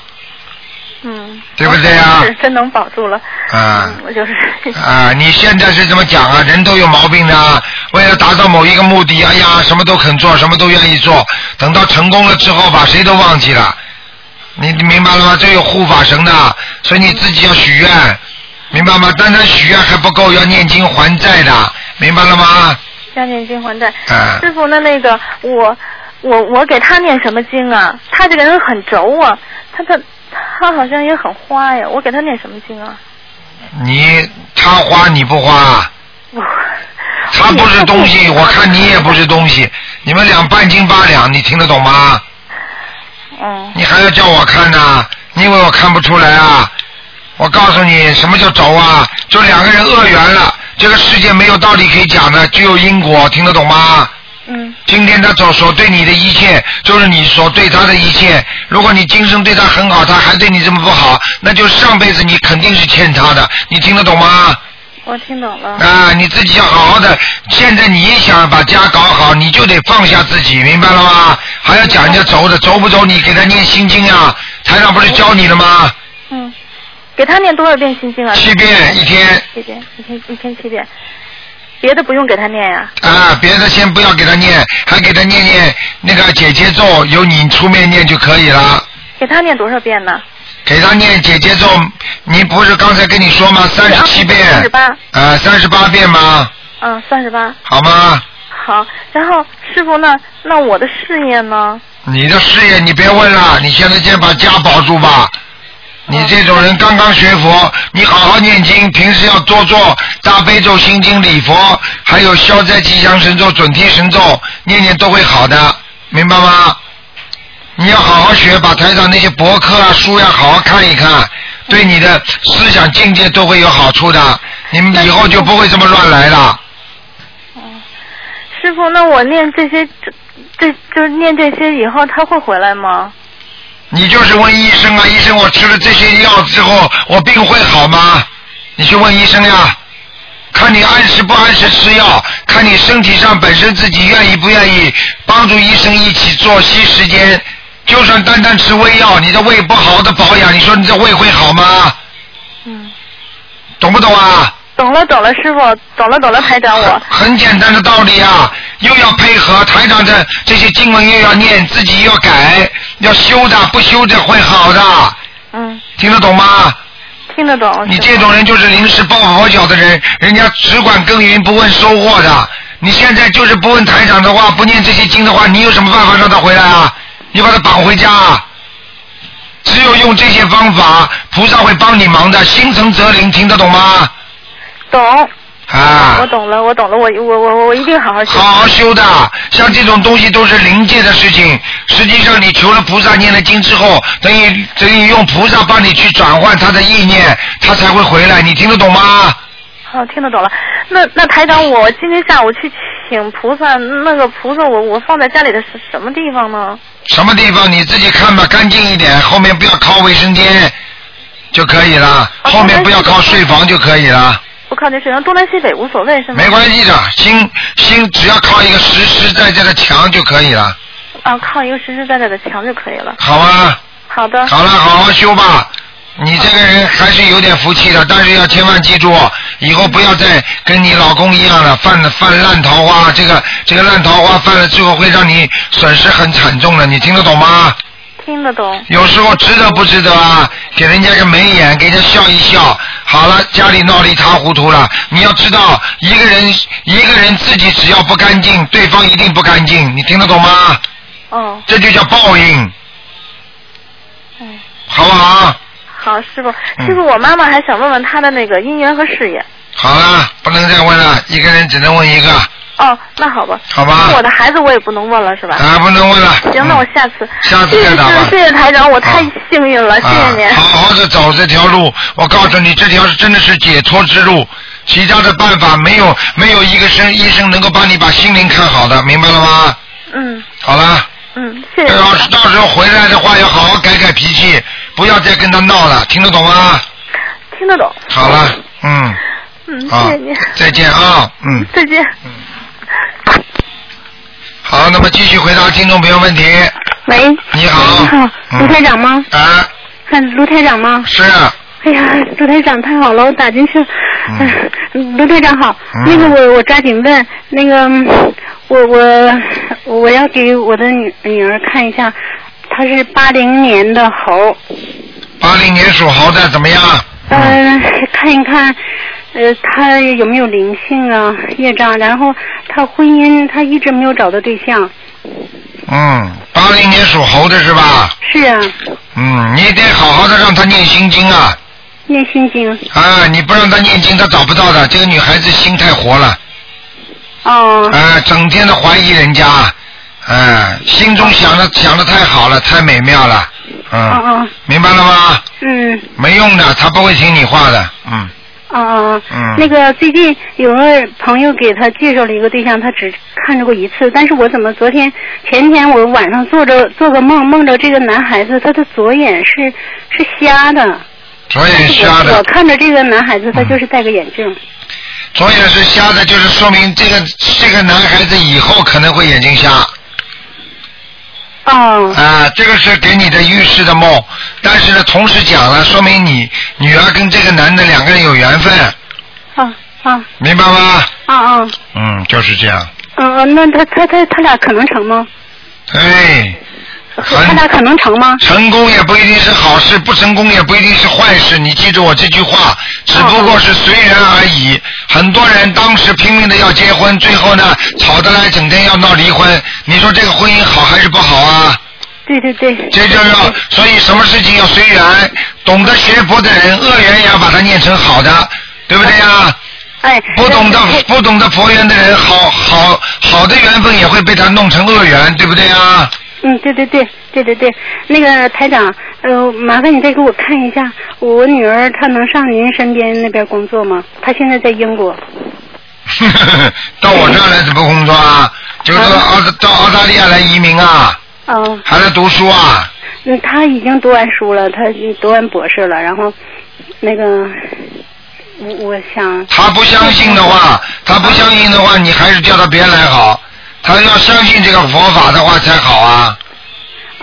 Speaker 7: 嗯，
Speaker 1: 对不对啊
Speaker 7: 是真能保住了。
Speaker 1: 啊、
Speaker 7: 嗯，我就是。
Speaker 1: 啊，你现在是怎么讲啊？人都有毛病的啊，为了达到某一个目的，哎呀，什么都肯做，什么都愿意做，等到成功了之后，把谁都忘记了。你你明白了吗？这有护法神的，所以你自己要许愿，明白吗？单单许愿还不够，要念经还债的，明白了吗？
Speaker 7: 加念经还债。
Speaker 1: 啊
Speaker 7: 师傅，那那个我我我给他念什么经啊？他这个人很轴啊，他他他好像也很花呀。我给他念什么经啊？
Speaker 1: 你他花你不花，
Speaker 7: 我
Speaker 1: 他不是东西，我看你也不是东西，你们俩半斤八两，你听得懂吗？
Speaker 7: 嗯
Speaker 1: 你还要叫我看呐、你以为我看不出来啊？我告诉你，什么叫轴啊？就两个人恶缘了。这个世界没有道理可以讲的，只有因果，听得懂吗？
Speaker 7: 嗯
Speaker 1: 今天他所所对你的一切，就是你所对他的一切。如果你今生对他很好，他还对你这么不好，那就上辈子你肯定是欠他的。你听得懂吗？
Speaker 7: 我听懂了。
Speaker 1: 啊，你自己要好好的。现在你想把家搞好，你就得放下自己，明白了吗？还要讲人家轴的，轴不轴？你给他念心经啊，台上不是教你了吗？
Speaker 7: 嗯，给他念多少遍心经啊？
Speaker 1: 七遍一天
Speaker 7: 七遍，一天一天七遍，别的不用给他念呀、
Speaker 1: 啊，别的先不要给他念，还给他念念那个姐姐咒，由你出面念就可以了。
Speaker 7: 给他念多少遍呢？
Speaker 1: 给他念姐姐咒，你不是刚才跟你说吗？三十七遍，
Speaker 7: 三十八，
Speaker 1: 啊，三十八遍吗？
Speaker 7: 嗯，三十八。
Speaker 1: 好吗？
Speaker 7: 好，然后师傅，那那我的事业呢？
Speaker 1: 你的事业你别问了，你现在先把家保住吧。你这种人刚刚学佛，你好好念经，平时要多做大悲咒、心经、礼佛，还有消灾吉祥神咒、准提神咒，念念都会好的，明白吗？你要好好学，把台上那些博客啊、书呀、好好看一看，对你的思想境界都会有好处的。你们以后就不会这么乱来了。
Speaker 7: 师傅，那我念这些，这这就是念这些以后，他会回来吗？
Speaker 1: 你就是问医生啊，医生，我吃了这些药之后，我病会好吗？你去问医生呀，看你按时不按时吃药，看你身体上本身自己愿意不愿意，帮助医生一起作息时间。就算单单吃胃药，你的胃不好好的保养，你说你这胃会好吗？
Speaker 7: 嗯，
Speaker 1: 懂不懂啊？
Speaker 7: 懂了懂了，师傅，懂了懂了，台长我。
Speaker 1: 很简单的道理啊，又要配合台长这这些经文又要念，自己又要改，要修的，不修的会好的，
Speaker 7: 嗯，
Speaker 1: 听得懂吗？
Speaker 7: 听得懂。
Speaker 1: 你
Speaker 7: 师
Speaker 1: 这
Speaker 7: 傅
Speaker 1: 种人就是临时抱佛脚的人，人家只管耕耘不问收获的。你现在就是不问台长的话，不念这些经的话，你有什么办法让他回来啊？你把他绑回家啊！只有用这些方法，菩萨会帮你忙的。心诚则灵，听得懂吗？
Speaker 7: 懂，
Speaker 1: 啊
Speaker 7: 我，懂了，我懂了，我我我我一定好好学。
Speaker 1: 好好修的。像这种东西都是灵界的事情，实际上你求了菩萨念了经之后，等于等于用菩萨帮你去转换他的意念，他才会回来。你听得懂吗？
Speaker 7: 好，哦听得懂了。那那台长，我今天下午去请菩萨，那个菩萨我我放在家里的是什么地方呢？
Speaker 1: 什么地方你自己看吧，干净一点，后面不要靠卫生间就可以了，
Speaker 7: 哦
Speaker 1: 后面不要靠睡房就可以了，
Speaker 7: 不靠近水房，东南西北无所谓是吗？
Speaker 1: 没关系的，心心只要靠一个实实在在的墙就可以了，
Speaker 7: 啊，靠一个实实在在的墙就可以了。
Speaker 1: 好吗？
Speaker 7: 好 的，
Speaker 1: 好了，好好修吧。你这个人还是有点福气的，但是要千万记住，以后不要再跟你老公一样了，犯了犯烂桃花，这个这个烂桃花犯了之后会让你损失很惨重的，你听得懂吗？
Speaker 7: 听得懂。
Speaker 1: 有时候值得不值得啊？给人家个眉眼，给人家笑一笑。好了，家里闹得一塌糊涂了。你要知道，一个人一个人自己只要不干净，对方一定不干净。你听得懂吗？
Speaker 7: 哦，
Speaker 1: 这就叫报应，
Speaker 7: 嗯，
Speaker 1: 好不好？
Speaker 7: 好，师傅，
Speaker 1: 嗯
Speaker 7: 师傅，我妈妈还想问问她的那个姻缘和事业。
Speaker 1: 好了，不能再问了，一个人只能问一个。
Speaker 7: 哦，那好吧。
Speaker 1: 好吧
Speaker 7: 那我的孩子我也不能问了，是吧？
Speaker 1: 啊，不能问了。
Speaker 7: 行，那我下次。
Speaker 1: 下次
Speaker 7: 谢
Speaker 1: 再
Speaker 7: 谢
Speaker 1: 打吧
Speaker 7: 谢谢台长，我太幸运了，谢谢您
Speaker 1: 啊。。好好的走这条路，我告诉你，这条是真的是解脱之路，其他的办法没有，没有一个生医生能够帮你把心灵看好的，明白了吗？
Speaker 7: 嗯
Speaker 1: 好了，
Speaker 7: 嗯，谢谢台
Speaker 1: 到时
Speaker 7: 长。
Speaker 1: 到时候回来的话要好好改改脾气，不要再跟他闹了，听得懂吗？
Speaker 7: 听得懂。
Speaker 1: 好了，嗯，
Speaker 7: 嗯，谢
Speaker 1: 好
Speaker 7: 谢您。，
Speaker 1: 再见啊，嗯，
Speaker 7: 再见。
Speaker 1: 好，那么继续回答听众朋友问题。
Speaker 8: 喂，
Speaker 1: 你好，
Speaker 8: 你好，
Speaker 1: 嗯
Speaker 8: 卢台长吗？
Speaker 1: 啊，
Speaker 8: 看卢台长吗？
Speaker 1: 是啊，
Speaker 8: 哎呀，卢台长太好了，我打进去了。嗯，卢台长好，
Speaker 1: 嗯
Speaker 8: 那个我我抓紧问，那个嗯我我我要给我的女女儿看一下，她是八零年的猴，
Speaker 1: 八零年属猴的怎么样？嗯，
Speaker 8: 呃，看一看，呃，她有没有灵性啊业障，然后她婚姻她一直没有找到对象，
Speaker 1: 嗯，八零年属猴的是吧？
Speaker 8: 是啊，
Speaker 1: 嗯，你得好好的让他念心经啊！
Speaker 8: 念心经，
Speaker 1: 啊，你不让他念经，他找不到的。这个女孩子心太活了，
Speaker 8: 哦，
Speaker 1: 啊，整天的怀疑人家，啊，心中想的想的太好了，太美妙了，
Speaker 8: 哦
Speaker 1: 嗯，
Speaker 8: 哦，
Speaker 1: 明白了吗？
Speaker 8: 嗯。
Speaker 1: 没用的，他不会听你话的，嗯，
Speaker 8: 啊、
Speaker 1: 嗯
Speaker 8: 那个最近有个朋友给他介绍了一个对象，他只看着过一次，但是我怎么昨天前天我晚上做着做个梦，梦着这个男孩子他的左眼是是瞎的，
Speaker 1: 左眼瞎
Speaker 8: 我我
Speaker 1: 的，
Speaker 8: 看着这个男孩子他
Speaker 1: 嗯
Speaker 8: 就是戴个眼镜，
Speaker 1: 左眼是瞎的，就是说明这个这个男孩子以后可能会眼睛瞎。
Speaker 8: 哦
Speaker 1: 啊，这个是给你的预示的梦，但是呢，同时讲了，说明你女儿跟这个男的两个人有缘分，
Speaker 8: 啊啊
Speaker 1: 明白吗？
Speaker 8: 啊啊，
Speaker 1: 嗯，就是这样。
Speaker 8: 嗯、嗯，那他他他他俩可能成吗？
Speaker 1: 对，
Speaker 8: 他俩
Speaker 1: 很
Speaker 8: 可能成吗？
Speaker 1: 成功也不一定是好事，不成功也不一定是坏事。你记住我这句话，只
Speaker 8: 哦
Speaker 1: 不过是随缘而已。很多人当时拼命的要结婚，最后呢吵得来，整天要闹离婚。你说这个婚姻好还是不好啊？
Speaker 8: 对对对，
Speaker 1: 这就要，所以什么事情要随缘，懂得学佛的人，恶缘也要把它念成好的，对不对呀？
Speaker 8: 哎，
Speaker 1: 不懂得不懂得佛缘的人，好好好的缘分也会被他弄成恶缘，对不对呀？
Speaker 8: 嗯，对对对，对对对，那个台长，呃，麻烦你再给我看一下，我女儿她能上您身边那边工作吗？她现在在英国。
Speaker 1: 到我这儿来怎么工作啊？就是到
Speaker 8: 嗯
Speaker 1: 澳到澳大利亚来移民啊，
Speaker 8: 哦，
Speaker 1: 还在读书啊？
Speaker 8: 嗯，她已经读完书了，她已经读完博士了，然后那个，我我想，
Speaker 1: 他不相信的话，他不相信的话，你还是叫他别来好。他要相信这个佛法的话才好啊。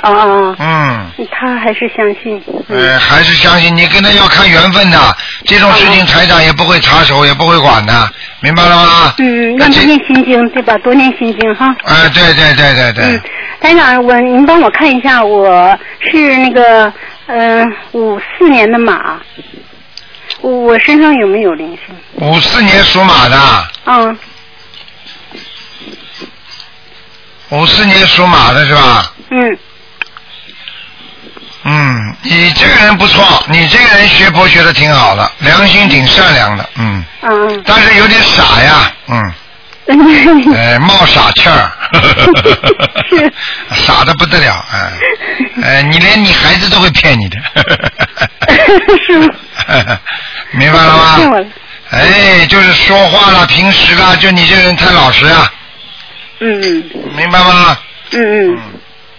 Speaker 8: 哦哦，
Speaker 1: 嗯。
Speaker 8: 哦她还是相信。嗯，
Speaker 1: 呃，还是相信你跟他要看缘分的，这种事
Speaker 8: 嗯
Speaker 1: 情台长也不会插手，也不会管的，明白了吗？
Speaker 8: 嗯，
Speaker 1: 那
Speaker 8: 让她
Speaker 1: 这
Speaker 8: 念心经，对吧？多念心经哈。
Speaker 1: 哎、对对对对
Speaker 8: 嗯
Speaker 1: 对，，
Speaker 8: 台长，我您帮我看一下，我是那个嗯五四年的马，我我身上有没有灵性？
Speaker 1: 五四年属马的，
Speaker 8: 嗯，
Speaker 1: 五四年属马的是吧？
Speaker 8: 嗯，
Speaker 1: 嗯，你这个人不错，你这个人学佛学的挺好的，良心挺善良的，嗯，
Speaker 8: 嗯，
Speaker 1: 但是有点傻呀，嗯，
Speaker 8: 嗯，
Speaker 1: 哎、冒傻气儿，
Speaker 8: 是
Speaker 1: 傻的不得了，哎、哎、你连你孩子都会骗你的，
Speaker 8: 是吗？
Speaker 1: 明白了吗？
Speaker 8: 骗我了，
Speaker 1: 哎，就是说话啦，平时啦，就你这人太老实啊，
Speaker 8: 嗯
Speaker 1: 明白吗？
Speaker 8: 嗯嗯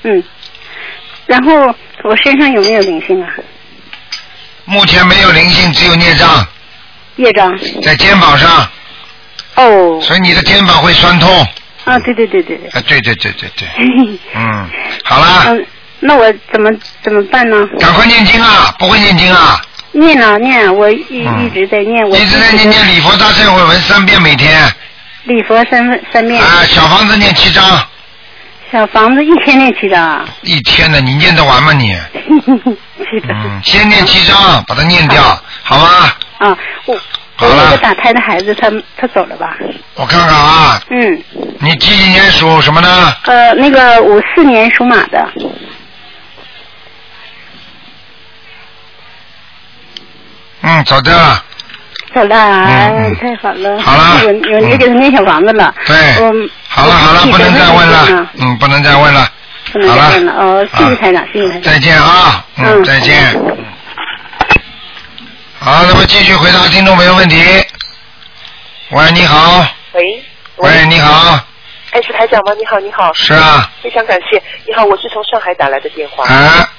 Speaker 1: 嗯，
Speaker 8: 嗯，然后我身上有没有灵性啊？
Speaker 1: 目前没有灵性，只有孽障
Speaker 8: 业障？
Speaker 1: 在肩膀上，
Speaker 8: 哦，
Speaker 1: 所以你的肩膀会酸痛。
Speaker 8: 啊，对对对对对，
Speaker 1: 啊，对对对对对，
Speaker 8: 嘿嘿
Speaker 1: 嗯，好啦，
Speaker 8: 嗯，那我怎么怎么办呢？
Speaker 1: 赶快念经啊！不会念经啊？
Speaker 8: 念啊念啊，我一
Speaker 1: 嗯
Speaker 8: 一直在念，我
Speaker 1: 一直在念念礼佛大忏悔文三遍每天
Speaker 8: 礼佛三分三遍，
Speaker 1: 啊，小房子念七张，
Speaker 8: 小房子一天念七张啊，
Speaker 1: 一天的你念得完吗你？
Speaker 8: 七张
Speaker 1: 嗯，先念七张，把它念掉，好吗？
Speaker 8: 啊，我
Speaker 1: 好
Speaker 8: 我
Speaker 1: 了
Speaker 8: 那个打胎的孩子他他走了吧？
Speaker 1: 我看看啊，
Speaker 8: 嗯，
Speaker 1: 你几几年属什么呢？
Speaker 8: 呃，那个五四年属马的，
Speaker 1: 嗯，走掉了。
Speaker 8: 走了，
Speaker 1: 嗯嗯
Speaker 8: 太好了。
Speaker 1: 好了
Speaker 8: 有有人给他念小房子了。
Speaker 1: 对
Speaker 8: 嗯，
Speaker 1: 好了好了，不能再问了，嗯，不能再问了，
Speaker 8: 不能再问了。哦，谢谢台长，谢谢台长。
Speaker 1: 再见啊，嗯，
Speaker 8: 嗯
Speaker 1: 再见。嗯好，那么继续回答听众朋友问题。喂，你好，
Speaker 9: 喂，
Speaker 1: 喂，你好，
Speaker 9: 哎，是台长吗？你好，你好，
Speaker 1: 是啊，
Speaker 9: 非常感谢。你好，我是从上海打来的电话，
Speaker 1: 啊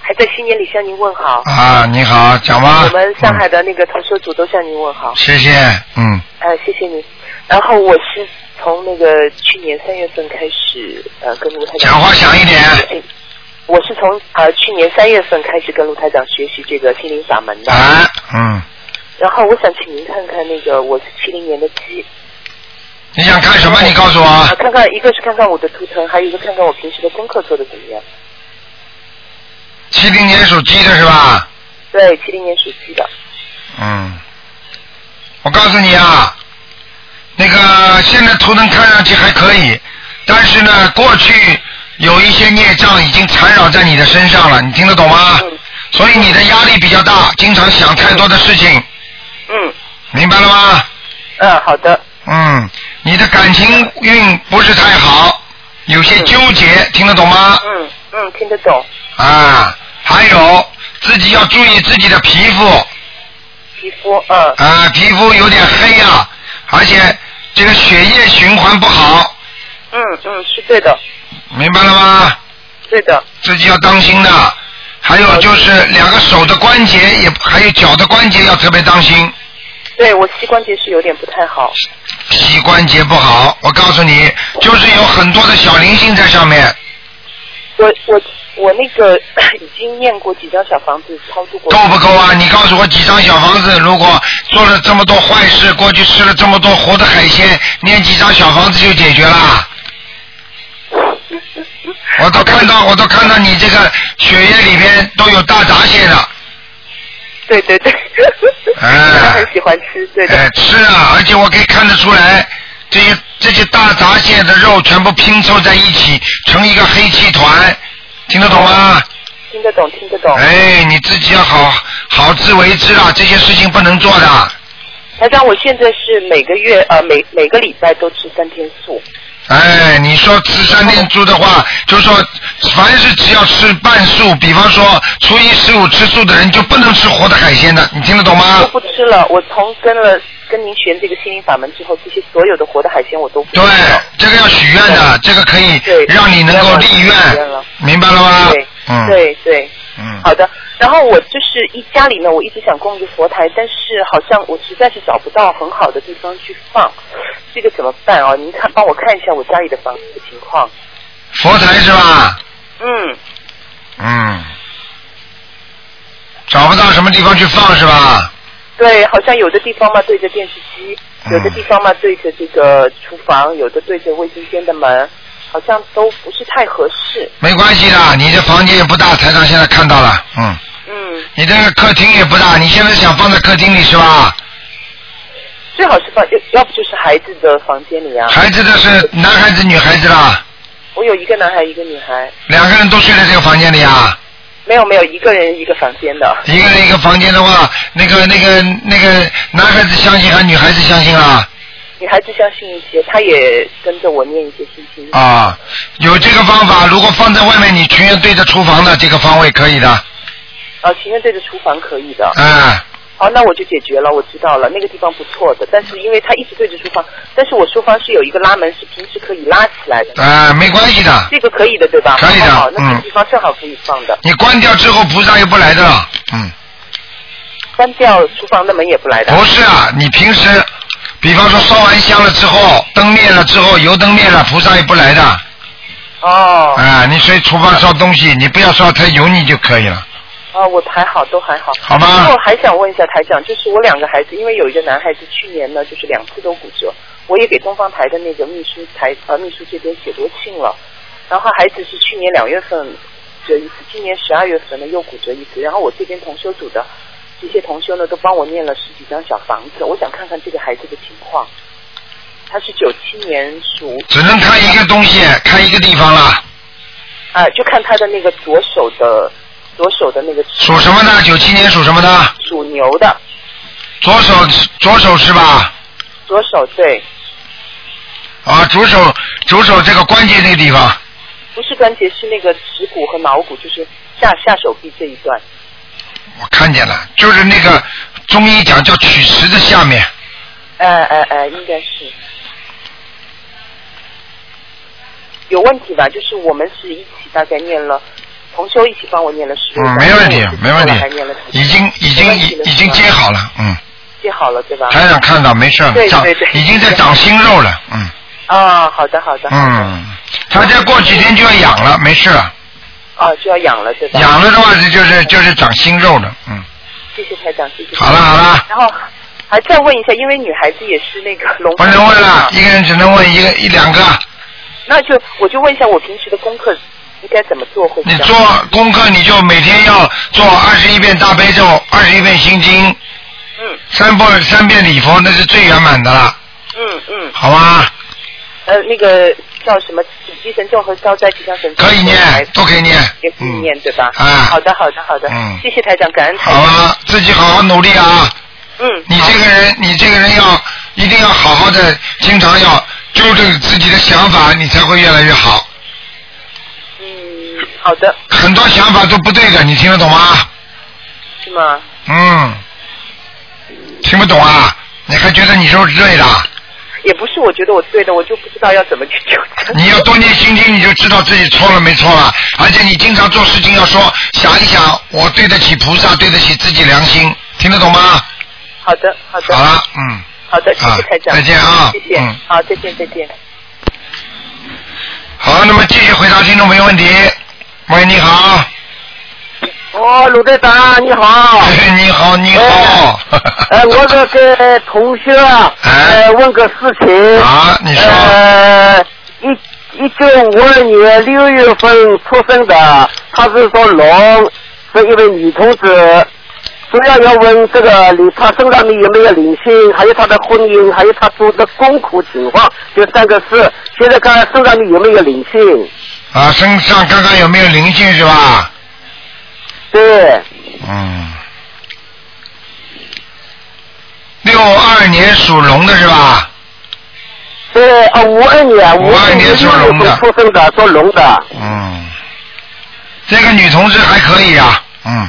Speaker 9: 还在新年里向您问好。
Speaker 1: 啊，你好，讲吧。
Speaker 9: 我们上海
Speaker 1: 嗯
Speaker 9: 的那个同修组都向您问好，
Speaker 1: 谢谢，嗯，
Speaker 9: 呃，谢谢您。然后我是从那个去年三月份开始，呃，跟卢台长
Speaker 1: 讲话响一点
Speaker 9: 哎我是从呃去年三月份开始跟卢台长学习这个心灵法门的。
Speaker 1: 啊，嗯，
Speaker 9: 然后我想请您看看那个我是七零年的鸡，
Speaker 1: 你想看什么？你告诉
Speaker 9: 啊，
Speaker 1: 我。
Speaker 9: 看看一个是看看我的图腾，还有一个看看我平时的功课做的怎么样。
Speaker 1: 七零年属鸡的是吧？
Speaker 9: 对，七零年属鸡的。
Speaker 1: 嗯，我告诉你啊，那个现在图腾看上去还可以，但是呢，过去有一些孽障已经缠绕在你的身上了，你听得懂吗？
Speaker 9: 嗯
Speaker 1: 所以你的压力比较大，经常想太多的事情，
Speaker 9: 嗯
Speaker 1: 明白了吗？
Speaker 9: 嗯，好的。
Speaker 1: 嗯，你的感情运不是太好，有些嗯纠结，听得懂吗？
Speaker 9: 嗯嗯，听得懂。
Speaker 1: 啊，还有自己要注意自己的皮肤。
Speaker 9: 皮肤，嗯
Speaker 1: 啊，皮肤有点黑啊，而且这个血液循环不好，
Speaker 9: 嗯嗯，是对的，
Speaker 1: 明白了吗？
Speaker 9: 对的。
Speaker 1: 自己要当心的。还有就是两个手的关节也，还有脚的关节要特别当心，
Speaker 9: 对我膝关节是有点不太好。
Speaker 1: 膝关节不好。我告诉你，就是有很多的小灵性在上面，
Speaker 9: 我我我那个 已经念过几张小房子，操作过。
Speaker 1: 够不够啊？你告诉我几张小房子，如果做了这么多坏事，过去吃了这么多活的海鲜，念几张小房子就解决了。 我都看到，我都看到你这个血液里边都有大闸蟹了，
Speaker 9: 对对对。
Speaker 1: 哎
Speaker 9: 他很喜欢吃，对的。
Speaker 1: 哎，吃啊，而且我可以看得出来，这些这些大闸蟹的肉全部拼凑在一起，成一个黑气团，听得懂吗？
Speaker 9: 听得懂，听得懂。
Speaker 1: 哎，你自己要好好自为之啦，这些事情不能做的。
Speaker 9: 台长，我现在是每个月呃每每个礼拜都吃三天素。
Speaker 1: 哎，你说吃三天素的话，就说凡是只要吃半素，比方说初一十五吃素的人就不能吃活的海鲜的，你听得懂吗
Speaker 9: 都？不吃了。我从跟了跟您学这个心灵法门之后，这些所有的活的海鲜我都不吃
Speaker 1: 对
Speaker 9: 了。，
Speaker 1: 这个要许愿的，这个可以
Speaker 9: 对
Speaker 1: 让你能够立愿
Speaker 9: 许愿了，
Speaker 1: 明白了吗？嗯，
Speaker 9: 对对，
Speaker 1: 嗯，
Speaker 9: 好的。然后我就是一家里呢，我一直想供一个佛台，但是好像我实在是找不到很好的地方去放，这个怎么办啊？您看，帮我看一下我家里的房子的情况。
Speaker 1: 佛台是吧？
Speaker 9: 嗯，
Speaker 1: 嗯，找不到什么地方去放是吧？
Speaker 9: 对，好像有的地方嘛对着电视机，有
Speaker 1: 嗯
Speaker 9: 的地方嘛对着这个厨房，有的对着卫生间的门，好像都不是太合适。
Speaker 1: 没关系的，你的房间也不大，台长现在看到了，嗯，
Speaker 9: 嗯，
Speaker 1: 你这个客厅也不大，你现在想放在客厅里是吧？
Speaker 9: 最好是放，要要不就是孩子的房间里啊。
Speaker 1: 孩子的是男孩子、女孩子啦，
Speaker 9: 我有一个男孩，一个女孩，
Speaker 1: 两个人都睡在这个房间里啊。
Speaker 9: 没有没有，一个人一个房间的。
Speaker 1: 一个人一个房间的话，那个、那个、那个男孩子相信还是女孩子相信啊？
Speaker 9: 女孩子相信一些，她也跟着我念一些心经。
Speaker 1: 啊，有这个方法，如果放在外面，你全院对着厨房的这个方位可以的，
Speaker 9: 啊，情愿对着厨房可以的。
Speaker 1: 哎、
Speaker 9: 好，那我就解决了，我知道了，那个地方不错的。但是因为她一直对着厨房，但是我书房是有一个拉门，是平时可以拉起来的。
Speaker 1: 哎、没关系的，
Speaker 9: 这个可以的，对吧？
Speaker 1: 可以的
Speaker 9: 好好，那这
Speaker 1: 嗯
Speaker 9: 个地方正好可以放的。
Speaker 1: 你关掉之后，菩萨也不来的了。嗯，
Speaker 9: 关掉厨房的门也不来的。
Speaker 1: 不是啊，你平时，比方说烧完香了之后，灯灭了之后，油灯灭了，菩萨也不来的。啊、
Speaker 9: 哦，
Speaker 1: 你所以厨房烧东西，你不要烧太油腻就可以了，
Speaker 9: 啊，我还好，都还好。
Speaker 1: 好
Speaker 9: 然后
Speaker 1: 吗？
Speaker 9: 还想问一下台长，就是我两个孩子，因为有一个男孩子去年呢，就是两次都骨折，我也给东方台的那个秘书台呃秘书这边写过信了。然后孩子是去年两月份骨折一次，今年十二月份呢又骨折一次。然后我这边同修组的这些同修呢，都帮我念了十几张小房子，我想看看这个孩子的情况。他是九七年属
Speaker 1: 只能看一个东西，看一个地方了。
Speaker 9: 啊、就看他的那个左手的左手的那个指
Speaker 1: 属什么呢？九七年属什么呢？
Speaker 9: 属牛的，
Speaker 1: 左手左手是吧？
Speaker 9: 左手对，
Speaker 1: 啊，左手左手这个关节这个地方，
Speaker 9: 不是关节，是那个指骨和脑骨，就是下下手臂这一段。
Speaker 1: 我看见了，就是那个中医讲叫曲池的下面，
Speaker 9: 呃呃呃，应该是有问题吧？就是我们是一起大概念了，同修一起帮我念了十六
Speaker 1: 嗯，
Speaker 9: 章，
Speaker 1: 没问题
Speaker 9: 然后我自，己
Speaker 1: 没问
Speaker 9: 后来还念了
Speaker 1: 题，已经已经已已经接好了，嗯，
Speaker 9: 接好了对吧？
Speaker 1: 台长看到没事了
Speaker 9: 对，
Speaker 1: 长
Speaker 9: 对对
Speaker 1: 已经在长新肉了，嗯
Speaker 9: 啊，好的好的，
Speaker 1: 嗯，他再过几天就要养了，没事了，
Speaker 9: 啊就要养了对吧？
Speaker 1: 养了的话这就是就是长新肉了，嗯，
Speaker 9: 谢谢台长，谢谢。
Speaker 1: 好了好了。
Speaker 9: 然后还再问一下，因为女孩子也是那个龙。
Speaker 1: 不能问了，。一个人只能问一个一两个。
Speaker 9: 那就我就问一下，我平时的功课应该怎么做会比
Speaker 1: 你
Speaker 9: 较好？
Speaker 1: 做功课，你就每天要做二十一遍大悲咒，二十一遍心经，
Speaker 9: 嗯
Speaker 1: 三遍三遍礼佛，那是最圆满的了，
Speaker 9: 嗯嗯，
Speaker 1: 好吗？
Speaker 9: 呃，那个叫什么紫气神咒和消灾吉祥神咒
Speaker 1: 可以念，都可以念
Speaker 9: 也，可以
Speaker 1: 嗯，
Speaker 9: 念对吧？
Speaker 1: 啊
Speaker 9: 好的好的好的，
Speaker 1: 嗯
Speaker 9: 谢谢台长，感恩台
Speaker 1: 好
Speaker 9: 长。
Speaker 1: 吧，自己好好努力啊！
Speaker 9: 嗯，
Speaker 1: 你这个人，你这个人要一定要好好的，经常要纠正自己的想法，你才会越来越好。
Speaker 9: 嗯，好的，
Speaker 1: 很多想法都不对的，你听得懂吗？
Speaker 9: 是吗？
Speaker 1: 嗯，听不懂啊？你还觉得你是对的？
Speaker 9: 也不是，我觉得我对的，我就不知道要怎么去纠正。
Speaker 1: 你要多念心经，你就知道自己错了没错了。而且你经常做事情要说想一想，我对得起菩萨，对得起自己良心，听得懂吗？
Speaker 9: 好的好的
Speaker 1: 好了，嗯。
Speaker 9: 好的，谢
Speaker 1: 啊
Speaker 9: 谢台长，
Speaker 1: 再见啊
Speaker 9: 谢谢
Speaker 1: 嗯，
Speaker 9: 好，再见再见。
Speaker 1: 好，那么继续回答听众朋友问题。喂，你好。
Speaker 10: 哦，鲁队长你好，
Speaker 1: 你好，你好。
Speaker 10: 呃，我这个同学啊，呃，问个事情，
Speaker 1: 哎啊，你说
Speaker 10: 呃，一一九五二年六月份出生的，她是说龙，是一位女同志，主要要问这个你她身上面有没有灵性，还有她的婚姻，还有她做的功苦情况，就三个事。现在看看身上面有没有灵性？
Speaker 1: 啊，身上看看有没有灵性是吧？
Speaker 10: 对，
Speaker 1: 嗯。六二年属龙的是吧？
Speaker 10: 对，啊，五二年，
Speaker 1: 52
Speaker 10: 52
Speaker 1: 年属龙的
Speaker 10: 年出生的，做龙的。
Speaker 1: 嗯。这个女同志还可以啊，嗯。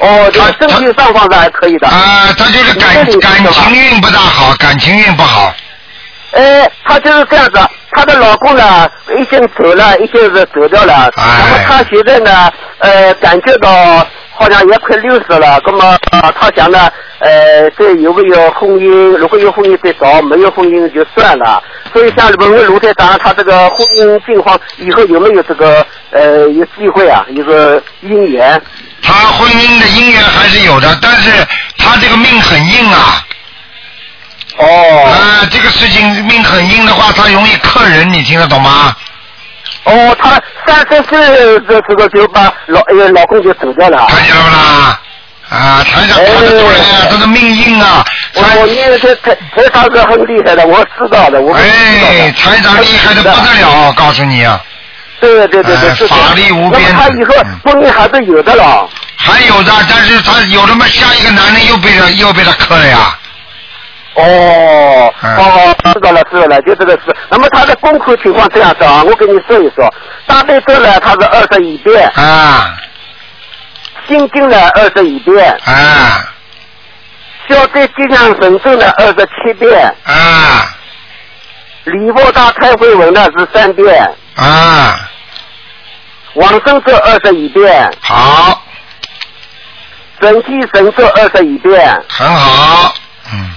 Speaker 10: 哦，这个身体上方的还可以的。
Speaker 1: 啊，他就是感
Speaker 10: 你这里是
Speaker 1: 感
Speaker 10: 吧
Speaker 1: 情运不大好，感情运不好。
Speaker 10: 哎，她就是这样子，她的老公呢，一心走了，一心是走掉了。
Speaker 1: 哎
Speaker 10: 那么她现在呢，呃，感觉到好像也快六十了，那么呃她想呢，呃，这有没有婚姻？如果有婚姻再找，没有婚姻就算了。所以像你们问卢台长，她这个婚姻境况以后有没有这个呃有机会啊？有个姻缘？
Speaker 1: 他婚姻的姻缘还是有的，但是他这个命很硬啊。
Speaker 10: 哦
Speaker 1: 啊，这个事情命很硬的话，他容易克人，你听得懂吗？
Speaker 10: 哦，她三十岁的时候就把老呃老公就走掉了。
Speaker 1: 看见了不啦？啊，台长看得出来啊
Speaker 10: 哎，
Speaker 1: 他的命硬啊。
Speaker 10: 我
Speaker 1: 台
Speaker 10: 我因为这台台长是很厉害的，我知道的，我知道的
Speaker 1: 哎，台长厉害的不得了，告诉你啊，
Speaker 10: 对对对
Speaker 1: 哎
Speaker 10: 对，是这样
Speaker 1: 法力无边
Speaker 10: 那么他以后
Speaker 1: 嗯
Speaker 10: 婚姻还是有的了。
Speaker 1: 还有的，但是他有那么下一个男人又被他又被他克了呀。
Speaker 10: 哦，
Speaker 1: 嗯
Speaker 10: 哦，知道了，知道了，就这个事。那么他的功课情况这样子啊，我跟你说一说。大悲咒呢，他是二十一遍；
Speaker 1: 啊
Speaker 10: 心经呢，二十一遍；
Speaker 1: 啊
Speaker 10: 消灾吉祥神咒呢，二十七遍；
Speaker 1: 啊
Speaker 10: 礼佛大忏悔文呢是三遍；
Speaker 1: 啊！
Speaker 10: 往生咒二十一遍；
Speaker 1: 好，
Speaker 10: 准提神咒二十一遍。
Speaker 1: 很好，嗯，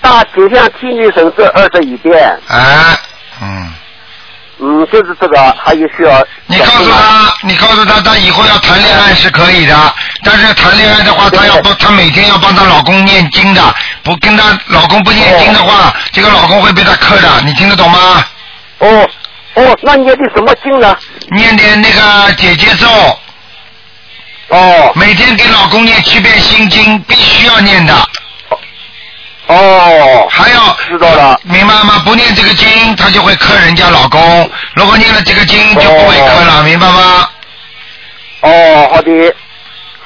Speaker 10: 大吉祥天女神咒二十一遍，
Speaker 1: 哎，嗯，
Speaker 10: 嗯，就是这个，还有需要。
Speaker 1: 你告诉他，你告诉他，他以后要谈恋爱是可以的，但是谈恋爱的话，她要帮，她每天要帮她老公念经的，不跟她老公不念经的话，这个老公会被她克的，你听得懂吗？
Speaker 10: 哦哦，那念的什么经呢？
Speaker 1: 念点那个姐姐咒，
Speaker 10: 哦
Speaker 1: 每天给老公念七遍心经，必须要念的，
Speaker 10: 哦，
Speaker 1: 还要
Speaker 10: 知道了。
Speaker 1: 明白吗？不念这个经，她就会克人家老公；如果念了这个经，
Speaker 10: 哦
Speaker 1: 就不会克了，明白吗？
Speaker 10: 哦，好的，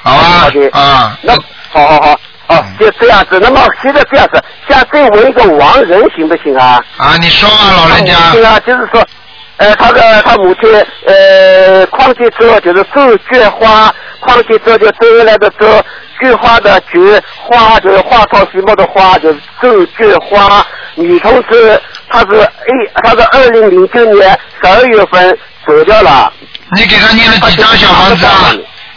Speaker 1: 好吧
Speaker 10: 好的，
Speaker 1: 啊，嗯
Speaker 10: 那好好好，哦，就这样子。那么现在这样子，像这为一个亡人行不行啊？
Speaker 1: 啊，你说啊，老人家。
Speaker 10: 行啊，就是说，呃，他的他母亲呃矿界之后就是种菊花，矿界之后就周恩来的周，菊花的菊，花就是花草树木的花，就是种菊花。女同志，她是一，她是二零零九年十二月份走掉了。
Speaker 1: 你给他念了几张小房子啊？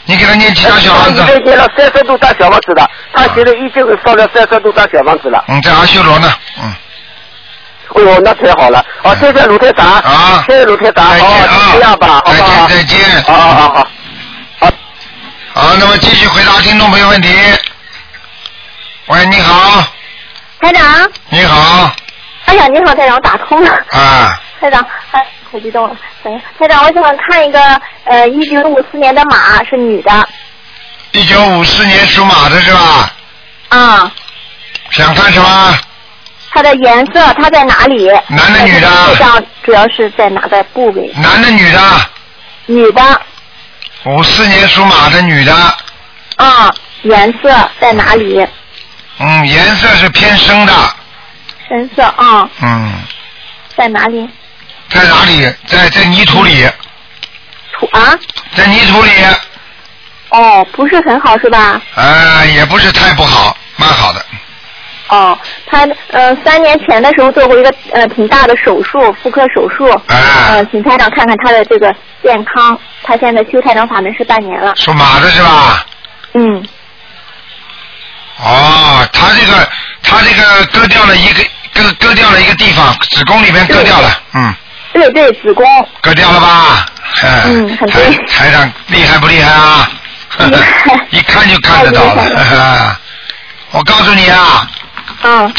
Speaker 1: 你给他念几张小房子
Speaker 10: 已？经念了三十多张小房子了，他现在依旧是烧了三十多张小房子了。
Speaker 1: 嗯，在阿修罗呢。嗯。
Speaker 10: 哎呦，那太好了！哦，谢谢卢台长，
Speaker 1: 啊
Speaker 10: 谢谢卢台长，哦，就这样吧，好
Speaker 1: 再
Speaker 10: 吧，
Speaker 1: 见，再见。
Speaker 10: 好好好好。
Speaker 1: 好，那么继续回答听众朋友问题。喂，你好，
Speaker 11: 台长，
Speaker 1: 你好，
Speaker 11: 啊哎呀，你好，台长，我打通了。
Speaker 1: 啊，
Speaker 11: 台长，哎，太激动了。等一下，台长，我想看一个呃，一九五四年的马是女的
Speaker 1: 一九五四年属马的是吧？
Speaker 11: 啊，
Speaker 1: 想看什么？
Speaker 11: 它的颜色，它在哪里？
Speaker 1: 男的
Speaker 11: 在
Speaker 1: 女的
Speaker 11: 它背上主要是在哪个部位？
Speaker 1: 男的女的？
Speaker 11: 女的
Speaker 1: 五四年属马的女的，
Speaker 11: 啊，颜色在哪里？
Speaker 1: 嗯，颜色是偏深的，
Speaker 11: 深色啊，
Speaker 1: 嗯，
Speaker 11: 在哪里？
Speaker 1: 在哪里？在在泥土里，
Speaker 11: 土啊？
Speaker 1: 在泥土里，
Speaker 11: 哦，不是很好是吧？
Speaker 1: 呃，也不是太不好，蛮好的，
Speaker 11: 哦，他呃三年前的时候做过一个呃挺大的手术，妇科手术。
Speaker 1: 啊
Speaker 11: 呃，请台长看看他的这个健康。他现在修台长法门是半年了。
Speaker 1: 属马的是吧？
Speaker 11: 嗯，
Speaker 1: 哦，他这个他这个割掉了一个割割掉了一个地方，子宫里面割掉了，嗯，
Speaker 11: 对对，子宫
Speaker 1: 割掉了吧？哎
Speaker 11: 嗯很
Speaker 1: 台
Speaker 11: 对
Speaker 1: 台长厉害不厉害 啊？
Speaker 11: 厉害
Speaker 1: 一看就看得到
Speaker 11: 太厉害
Speaker 1: 了。我告诉你啊，
Speaker 11: 啊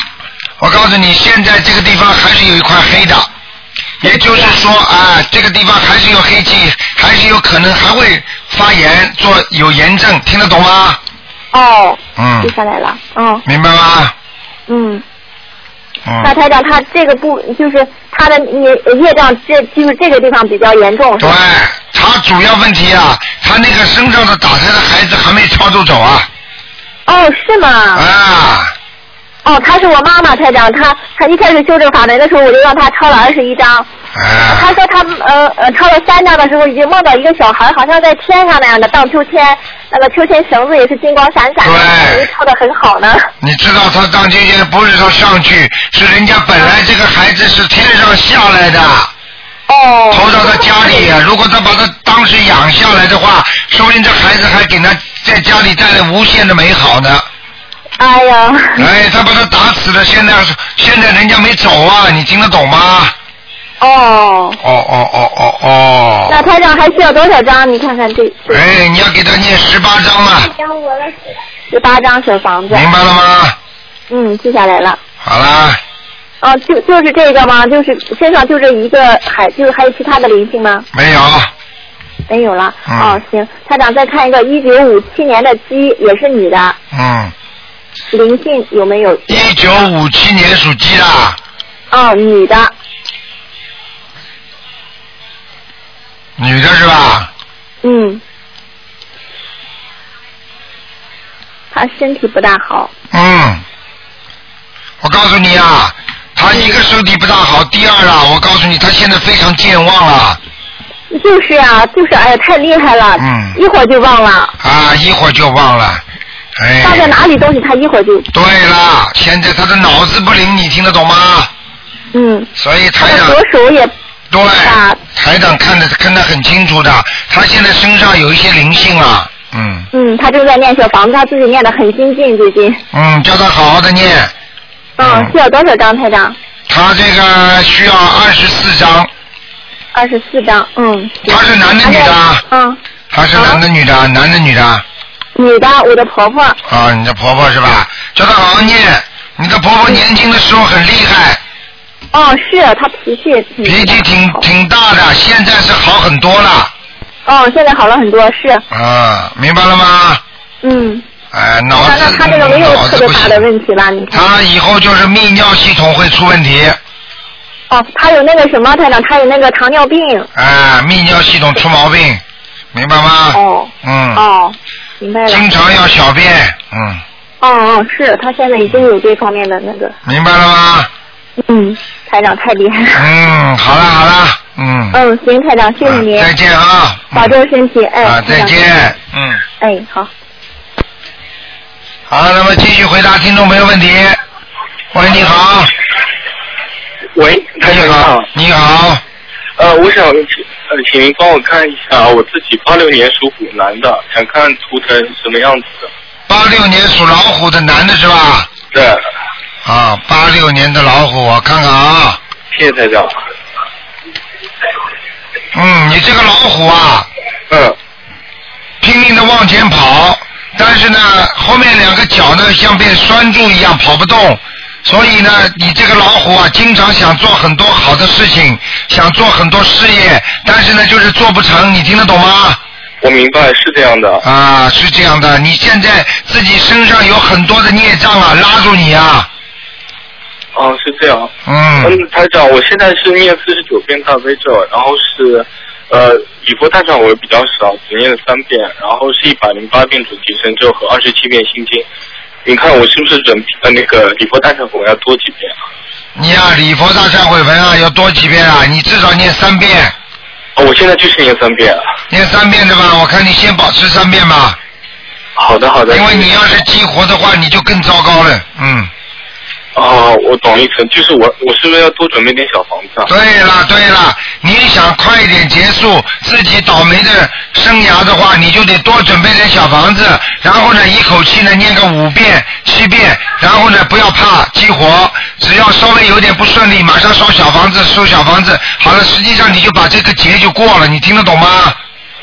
Speaker 1: 我告诉你，现在这个地方还是有一块黑的，也就是说啊，这个地方还是有黑气，还是有可能还会发炎，做有炎症，听得懂吗？
Speaker 11: 哦，
Speaker 1: 嗯
Speaker 11: 记，下来了。嗯
Speaker 1: 明白吗？
Speaker 11: 嗯，那
Speaker 1: 嗯，
Speaker 11: 啊台长他这个不就是他的业业障这就是这个地方比较严重是
Speaker 1: 对
Speaker 11: 吧？，
Speaker 1: 他主要问题啊，他那个身上的打胎的孩子还没超度走啊，
Speaker 11: 哦，是吗？
Speaker 1: 啊，
Speaker 11: 哦，她是我妈妈，台长，她她一开始修这个法门的时候，我就让她抄了二十一章。
Speaker 1: 啊
Speaker 11: 她，说她呃呃抄了三章的时候，已经梦到一个小孩，好像在天上那样的荡秋千，那个秋千绳子也是金光闪闪的，
Speaker 1: 对
Speaker 11: 我就抄的很好呢。
Speaker 1: 你知道他当今天不是说上去，是人家本来这个孩子是天上下来的。
Speaker 11: 哦，
Speaker 1: 投到他家里，啊如果他把他当时养下来的话，说不定这孩子还给他在家里带来无限的美好呢。
Speaker 11: 哎呀，
Speaker 1: 哎，他把他打死了，现在现在人家没走啊，你听得懂吗？
Speaker 11: 哦，
Speaker 1: 哦哦哦哦哦。
Speaker 11: 那台长还需要多少章？你看看这
Speaker 1: 哎，你要给他念十八章了，
Speaker 11: 十八章小房子，
Speaker 1: 明白了吗？
Speaker 11: 嗯，记下来了。
Speaker 1: 好啦，
Speaker 11: 哦，就就是这个吗？就是身上就这一个，还就是还有其他的灵性吗？
Speaker 1: 没有，
Speaker 11: 没有了。
Speaker 1: 嗯
Speaker 11: 哦，行，台长再看一个一九五七年的鸡，也是女的，
Speaker 1: 嗯，
Speaker 11: 灵性有没有？
Speaker 1: 一九五七年属鸡的，
Speaker 11: 哦，女的，
Speaker 1: 女的是吧？
Speaker 11: 嗯，她身体不大好。
Speaker 1: 嗯，我告诉你啊，他一个身体不大好，第二啊，我告诉你，他现在非常健忘了
Speaker 11: 就是啊，就是哎呀，太厉害了，
Speaker 1: 嗯
Speaker 11: 一会儿就忘了，
Speaker 1: 啊，一会儿就忘了，哎。
Speaker 11: 放在哪里东西，她一会儿就，
Speaker 1: 对了，现在他的脑子不灵，你听得懂吗？
Speaker 11: 嗯，
Speaker 1: 所以
Speaker 11: 她
Speaker 1: 台
Speaker 11: 的
Speaker 1: 长
Speaker 11: 左手也，
Speaker 1: 对
Speaker 11: 啊
Speaker 1: 台长看得看得很清楚的，他现在身上有一些灵性了，嗯
Speaker 11: 嗯，她正在念小房子，她自己念的很精进，最近，
Speaker 1: 嗯，叫他好好的念，嗯
Speaker 11: 嗯，需要多少张，台长？
Speaker 1: 他这个需要二十四张，
Speaker 11: 二十四张，嗯。
Speaker 1: 他是男的女的啊
Speaker 11: 嗯，
Speaker 1: 他是男的女的，男的女的
Speaker 11: 女的，我的婆婆。
Speaker 1: 啊，你的婆婆是吧？叫他好好念，你的婆婆年轻的时候很厉害，
Speaker 11: 哦，是她脾气挺
Speaker 1: 脾气挺挺大的，现在是好很多了，
Speaker 11: 哦，现在好了很多，是
Speaker 1: 啊，明白了吗？
Speaker 11: 嗯。
Speaker 1: 哎，脑
Speaker 11: 那
Speaker 1: 子
Speaker 11: 那她这个没有
Speaker 1: 脑
Speaker 11: 特
Speaker 1: 子
Speaker 11: 别
Speaker 1: 不
Speaker 11: 大
Speaker 1: 行
Speaker 11: 的问题吧？你看。
Speaker 1: 他以后就是泌尿系统会出问题，
Speaker 11: 哦，她有那个什么台长，她有那个糖尿病。
Speaker 1: 啊，泌尿系统出毛病，明白吗？
Speaker 11: 哦。
Speaker 1: 嗯，
Speaker 11: 哦，明白了。
Speaker 1: 经常要小便，嗯，
Speaker 11: 哦哦，是他现在已经有这方面的那个，
Speaker 1: 明白了吗？
Speaker 11: 嗯，台长太厉害了。
Speaker 1: 嗯，好了好了，嗯，
Speaker 11: 嗯，行，台长，谢谢您。
Speaker 1: 再见啊，
Speaker 11: 保重身体，哎。
Speaker 1: 啊，
Speaker 11: 台
Speaker 1: 再
Speaker 11: 长
Speaker 1: 见。，嗯。
Speaker 11: 哎，好。
Speaker 1: 好，那么继续回答听众朋友问题。喂，你好。
Speaker 12: 喂，台长你好。
Speaker 1: 你好。
Speaker 12: 啊呃，我想呃，请您帮我看一下啊我自己八六年属虎男的，想看图腾什么样子的。
Speaker 1: 八六年属老虎的男的是吧？
Speaker 12: 对，
Speaker 1: 啊，八六年的老虎，我看看啊。
Speaker 12: 谢谢台长。
Speaker 1: 嗯，你这个老虎啊，
Speaker 12: 嗯，
Speaker 1: 拼命的往前跑，但是呢，后面两个脚呢像被拴住一样跑不动，所以呢，你这个老虎啊，经常想做很多好的事情，想做很多事业，但是呢，就是做不成，你听得懂吗？
Speaker 12: 我明白，是这样的。
Speaker 1: 啊，是这样的，你现在自己身上有很多的孽障啊，拉住你啊，
Speaker 12: 哦、是这样。
Speaker 1: 嗯。
Speaker 12: 嗯，台长，我现在是念四十九遍大悲咒，然后是呃，礼佛大忏我比较少，只念了三遍，然后是一百零八遍主题神咒和二十七遍心经。你看我是不是准呃那个礼佛大忏悔要多几遍啊？
Speaker 1: 你呀、礼佛大忏悔文啊，要多几遍啊，你至少念三遍，
Speaker 12: 哦，我现在就是念三遍。啊
Speaker 1: 念三遍对吧？我看你先保持三遍吧，
Speaker 12: 好的，好的。
Speaker 1: 因为你要是激活的话，你就更糟糕了，嗯。
Speaker 12: 哦，我懂意思，就是我我是不是要多准备点小房子啊？
Speaker 1: 对了对了，你想快一点结束自己倒霉的生涯的话，你就得多准备点小房子，然后呢，一口气呢念个五遍七遍，然后呢不要怕激活，只要稍微有点不顺利，马上烧小房子，收小房子。好了，实际上你就把这个劫就过了，你听得懂吗？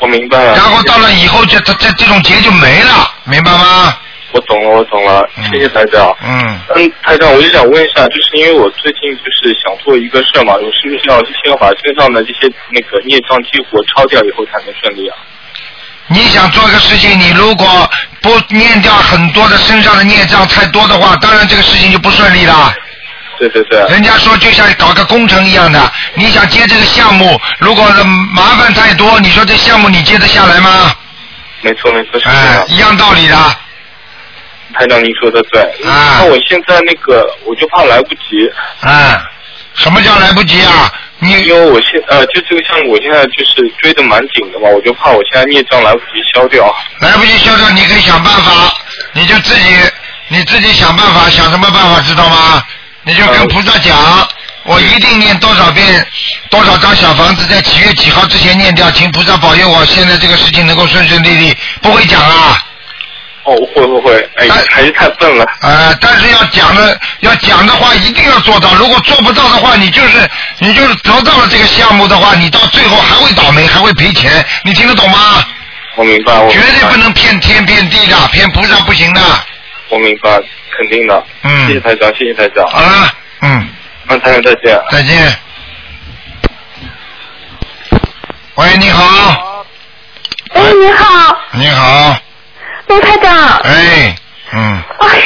Speaker 12: 我明白了。
Speaker 1: 然后到了以后，这这这这种劫就没了，明白吗？
Speaker 12: 我懂了，我懂了，谢谢台长。
Speaker 1: 嗯。
Speaker 12: 嗯，台长，我就想问一下，就是因为我最近就是想做一个事儿嘛，我是不是要先要把身上的这些那个孽障激活抄掉以后才能顺利啊？
Speaker 1: 你想做个事情，你如果不念掉很多的身上的孽障太多的话，当然这个事情就不顺利了。
Speaker 12: 对对对。
Speaker 1: 人家说就像搞个工程一样的，你想接这个项目，如果麻烦太多，你说这项目你接得下来吗？
Speaker 12: 没错没错，是这
Speaker 1: 哎、
Speaker 12: 样。
Speaker 1: 一样道理的。
Speaker 12: 台长，您说的对。嗯
Speaker 1: 啊。
Speaker 12: 那我现在那个，我就怕来不及。
Speaker 1: 嗯，什么叫来不及啊？你
Speaker 12: 因为我现呃，就这个项目，我现在就是追的蛮紧的嘛，我就怕我现在孽障来不及消掉。
Speaker 1: 来不及修正，你可以想办法，你就自己你自己想办法，想什么办法知道吗？你就跟菩萨讲，我一定念多少遍，多少张小房子，在几月几号之前念掉，请菩萨保佑我现在这个事情能够顺顺利利。不会讲啊，
Speaker 12: 哦，会会会，哎，还是太笨了。
Speaker 1: 呃，但是要讲的要讲的话，一定要做到。如果做不到的话，你就是你就是得到了这个项目的话，你到最后还会倒霉，还会赔钱。你听得懂吗？
Speaker 12: 我明白，我
Speaker 1: 绝
Speaker 12: 明白
Speaker 1: 对不能骗天骗地的，骗菩萨不行的。
Speaker 12: 我明白，肯定的。
Speaker 1: 嗯
Speaker 12: 谢谢台长，谢谢台长。
Speaker 1: 好了，嗯，
Speaker 12: 那台长再见。
Speaker 1: 再见。喂，你好，
Speaker 13: 哎，你好，
Speaker 1: 你好，
Speaker 13: 卢台长。
Speaker 1: 哎， 嗯，
Speaker 13: 哎呀，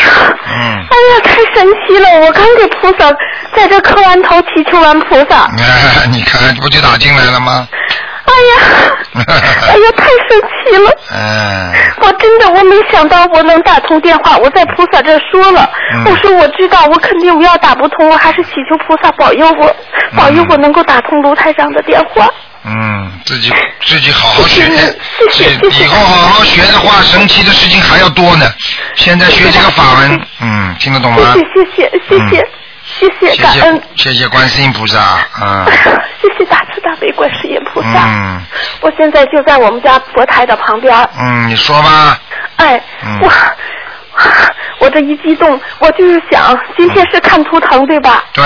Speaker 1: 嗯，
Speaker 13: 哎呀，太神奇了！我刚给菩萨在这磕完头，祈求完菩萨。
Speaker 1: 哎你看不就打进来了吗？
Speaker 13: 哎呀，哎呀，太神奇了！
Speaker 1: 嗯，
Speaker 13: 我真的我没想到我能打通电话，我在菩萨这儿说了，
Speaker 1: 嗯
Speaker 13: 我说我知道我肯定我要打不通，我还是祈求菩萨保佑我，保佑我能够打通卢台长的电话。
Speaker 1: 嗯，自己自己好好学，哎自己以后好好学的话，神奇的事情还要多呢。现在学这个法门，嗯，听得懂吗？嗯
Speaker 13: 谢谢谢谢谢谢谢
Speaker 1: 谢
Speaker 13: 感恩
Speaker 1: 谢，谢谢观世音菩萨，啊，
Speaker 13: 谢谢大慈大悲观世音 菩萨。
Speaker 1: 嗯
Speaker 13: 我现在就在我们家佛台的旁边儿，
Speaker 1: 嗯，你说吧，
Speaker 13: 哎，
Speaker 1: 嗯
Speaker 13: 我我这一激动，我就是想，今天是看图腾对吧？
Speaker 1: 对，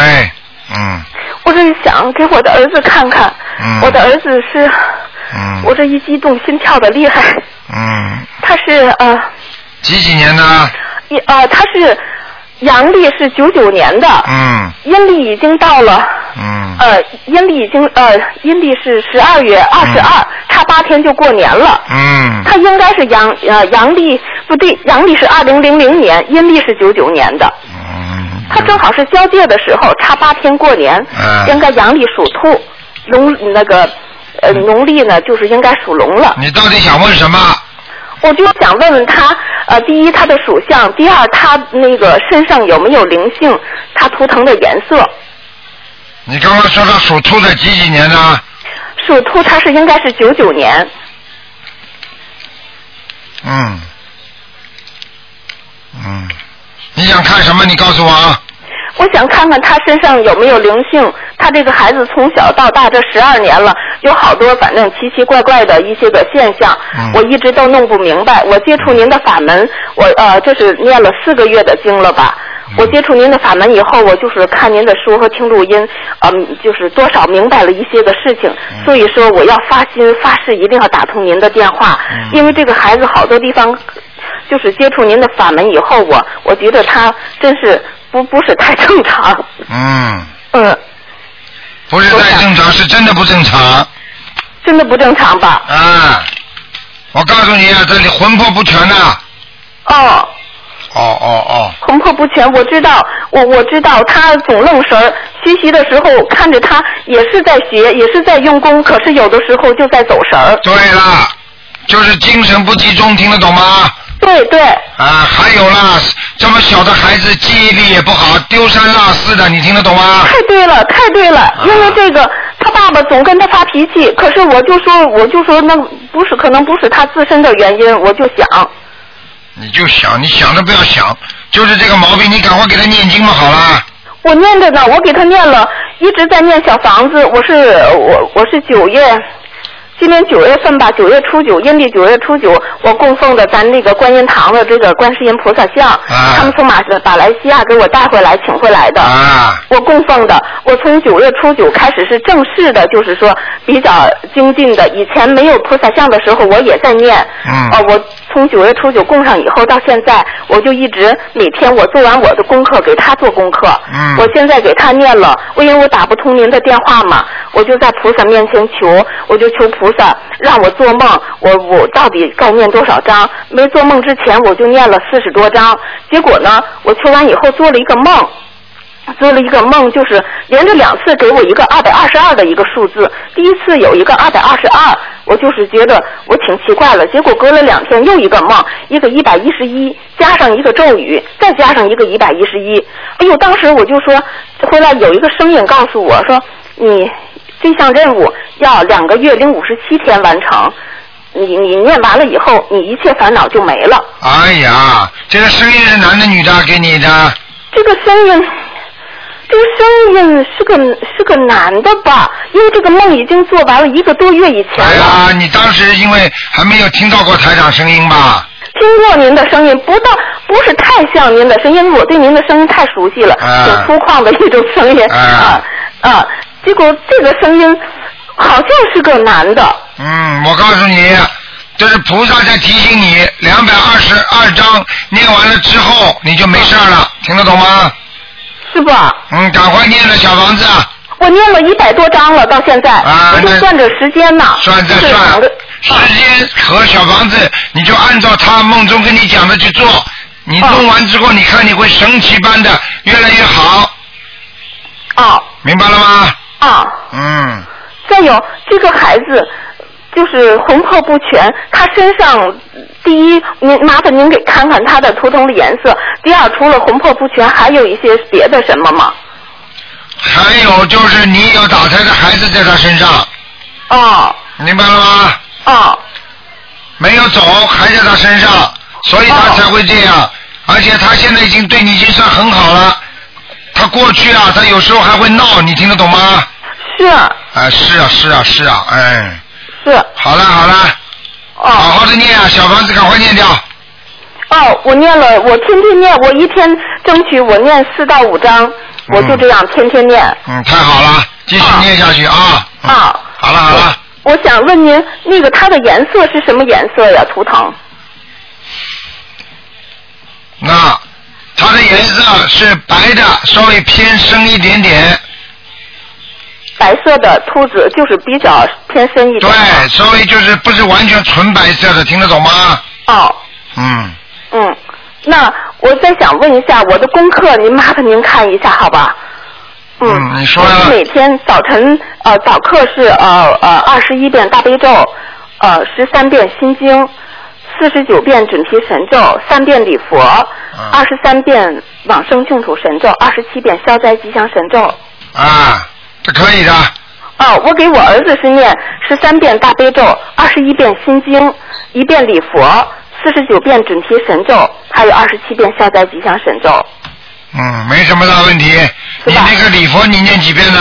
Speaker 1: 嗯
Speaker 13: 我就是想给我的儿子看看，
Speaker 1: 嗯
Speaker 13: 我的儿子是，我这一激动心跳的厉害，
Speaker 1: 嗯，
Speaker 13: 他是呃
Speaker 1: 几几年的？
Speaker 13: 一呃他是阳历是九九年的，
Speaker 1: 嗯
Speaker 13: 阴历已经到了
Speaker 1: 嗯
Speaker 13: 呃阴历已经呃阴历是十二月二十二，差八天就过年了。
Speaker 1: 嗯
Speaker 13: 他应该是阳呃阳历不对，阳历是二零零零年，阴历是九九年的。他正好是交界的时候，差八天过年，
Speaker 1: 嗯
Speaker 13: 应该阳历属兔，
Speaker 1: 嗯
Speaker 13: 农那个呃农历呢就是应该属龙了。
Speaker 1: 你到底想问什么？
Speaker 13: 我就想问问他，呃，第一他的属相，第二他那个身上有没有灵性，他图腾的颜色。
Speaker 1: 你刚刚说他属兔的几几年呢？
Speaker 13: 属兔，他是应该是九九年。
Speaker 1: 嗯，嗯，你想看什么？你告诉我啊。
Speaker 13: 我想看看他身上有没有灵性。他这个孩子从小到大这十二年了，有好多反正奇奇怪怪的一些个现象，
Speaker 1: 嗯
Speaker 13: 我一直都弄不明白。我接触您的法门，我呃这是念了四个月的经了吧。我接触您的法门以后，我就是看您的书和听录音，嗯，就是多少明白了一些个事情。所以说，我要发心发誓，一定要打通您的电话，因为这个孩子好多地方就是接触您的法门以后，我我觉得他真是不不是太正常，
Speaker 1: 嗯，
Speaker 13: 嗯，
Speaker 1: 不是太正常，是真的不正常。
Speaker 13: 真的不正常吧？
Speaker 1: 啊，我告诉你啊，这里魂魄不全呐、
Speaker 13: 哦，
Speaker 1: 哦哦哦，
Speaker 13: 魂魄不全，我知道，我我知道，他总愣神儿。学习的时候看着他也是在学，也是在用功，可是有的时候就在走神儿。
Speaker 1: 对啦，就是精神不集中，听得懂吗？
Speaker 13: 对对。
Speaker 1: 啊，还有啦，这么小的孩子记忆力也不好，丢三落四的，你听得懂吗？
Speaker 13: 太对了，太对了，因为这个他爸爸总跟他发脾气，可是我就说，我就说那不是，可能不是他自身的原因，我就想，
Speaker 1: 你就想，你想都不要想，就是这个毛病，你赶快给他念经嘛，好啦。
Speaker 13: 我念着呢，我给他念了，一直在念小房子。我是我我是九月，今年九月份吧，九月初九，阴历九月初九，我供奉的咱那个观音堂的这个观世音菩萨像，他们从马马来西亚给我带回来请回来的。我供奉的，我从九月初九开始是正式的，就是说比较精进的。以前没有菩萨像的时候，我也在念。
Speaker 1: 嗯
Speaker 13: 呃，我从九月初九供上以后到现在，我就一直每天我做完我的功课，给他做功课。
Speaker 1: 嗯
Speaker 13: 我现在给他念了，我因为我打不通您的电话嘛，我就在菩萨面前求，我就求菩萨让我做梦，我我到底该念多少章？没做梦之前我就念了四十多章，结果呢，我求完以后做了一个梦。做了一个梦，就是连着两次给我一个二百二十二的一个数字。第一次有一个二百二十二，我就是觉得我挺奇怪了。结果隔了两天又一个梦，一个一百一十一，加上一个咒语，再加上一个一百一十一。哎呦，当时我就说，回来有一个声音告诉我说，你这项任务要两个月零五十七天完成。你你念完了以后，你一切烦恼就没了。
Speaker 1: 哎呀，这个声音是男的女的给你的？
Speaker 13: 这个声音，这个声音是个是个男的吧？因为这个梦已经做完了一个多月以前
Speaker 1: 哎
Speaker 13: 了，
Speaker 1: 呀，你当时因为还没有听到过台长声音吧？
Speaker 13: 听过您的声音，不到不是太像您的声音，因为我对您的声音太熟悉了，
Speaker 1: 啊
Speaker 13: 挺粗犷的一种声
Speaker 1: 哎
Speaker 13: 音啊啊！结果这个声音好像是个男的，
Speaker 1: 嗯，我告诉你，这是菩萨在提醒你，两百二十二章念完了之后，你就没事儿了，听得懂吗？
Speaker 13: 是吧？
Speaker 1: 嗯，赶快念了小房子。
Speaker 13: 我念了一百多章了，到现在、
Speaker 1: 啊
Speaker 13: 我就算着时间呢，
Speaker 1: 算再算，时间和小房子，你就按照他梦中跟你讲的去做。你弄完之后，你看你会神奇般的越来越好。
Speaker 13: 哦。
Speaker 1: 明白了吗？
Speaker 13: 啊。
Speaker 1: 嗯，
Speaker 13: 再有这个孩子。就是魂魄不全，他身上第一，您麻烦您给看看他的图腾的颜色。第二，除了魂魄不全，还有一些别的什么吗？
Speaker 1: 还有就是你有打胎的孩子在他身上。
Speaker 13: 哦。
Speaker 1: 明白了吗？
Speaker 13: 哦。
Speaker 1: 没有走，还在他身上，所以他才会这样。而且他现在已经对你已经算很好了。他过去啊，他有时候还会闹，你听得懂吗？
Speaker 13: 是啊，
Speaker 1: 啊，是啊，是啊，是啊，哎。
Speaker 13: 是。
Speaker 1: 好了好了。好好的念啊，小房子赶快念掉。
Speaker 13: 哦，我念了，我天天念，我一天争取我念四到五章，我就这样天天念。
Speaker 1: 嗯，太好了，继续念下去啊。
Speaker 13: 啊，
Speaker 1: 好了好了，
Speaker 13: 我想问您，那个它的颜色是什么颜色呀？图腾？
Speaker 1: 那它的颜色是白的，稍微偏深一点点，
Speaker 13: 白色的兔子就是比较偏深一点。
Speaker 1: 哎，稍微就是不是完全纯白色的，听得懂吗？
Speaker 13: 哦，
Speaker 1: 嗯，
Speaker 13: 嗯，那我再想问一下，我的功课您麻烦您看一下，好吧？
Speaker 1: 嗯，你说
Speaker 13: 我
Speaker 1: 呀
Speaker 13: 是每天早晨呃早课是呃呃二十一遍大悲咒，呃十三遍心经，四十九遍准提神咒，三遍礼佛，
Speaker 1: 嗯
Speaker 13: 二十三遍往生净土神咒，二十七遍消灾吉祥神咒。
Speaker 1: 啊，这可以的。
Speaker 13: 哦，我给我儿子是念十三遍大悲咒，二十一遍心经，一遍礼佛，四十九遍准提神咒，还有二十七遍消灾吉祥神咒。
Speaker 1: 嗯，没什么大问题。你那个礼佛你念几遍呢？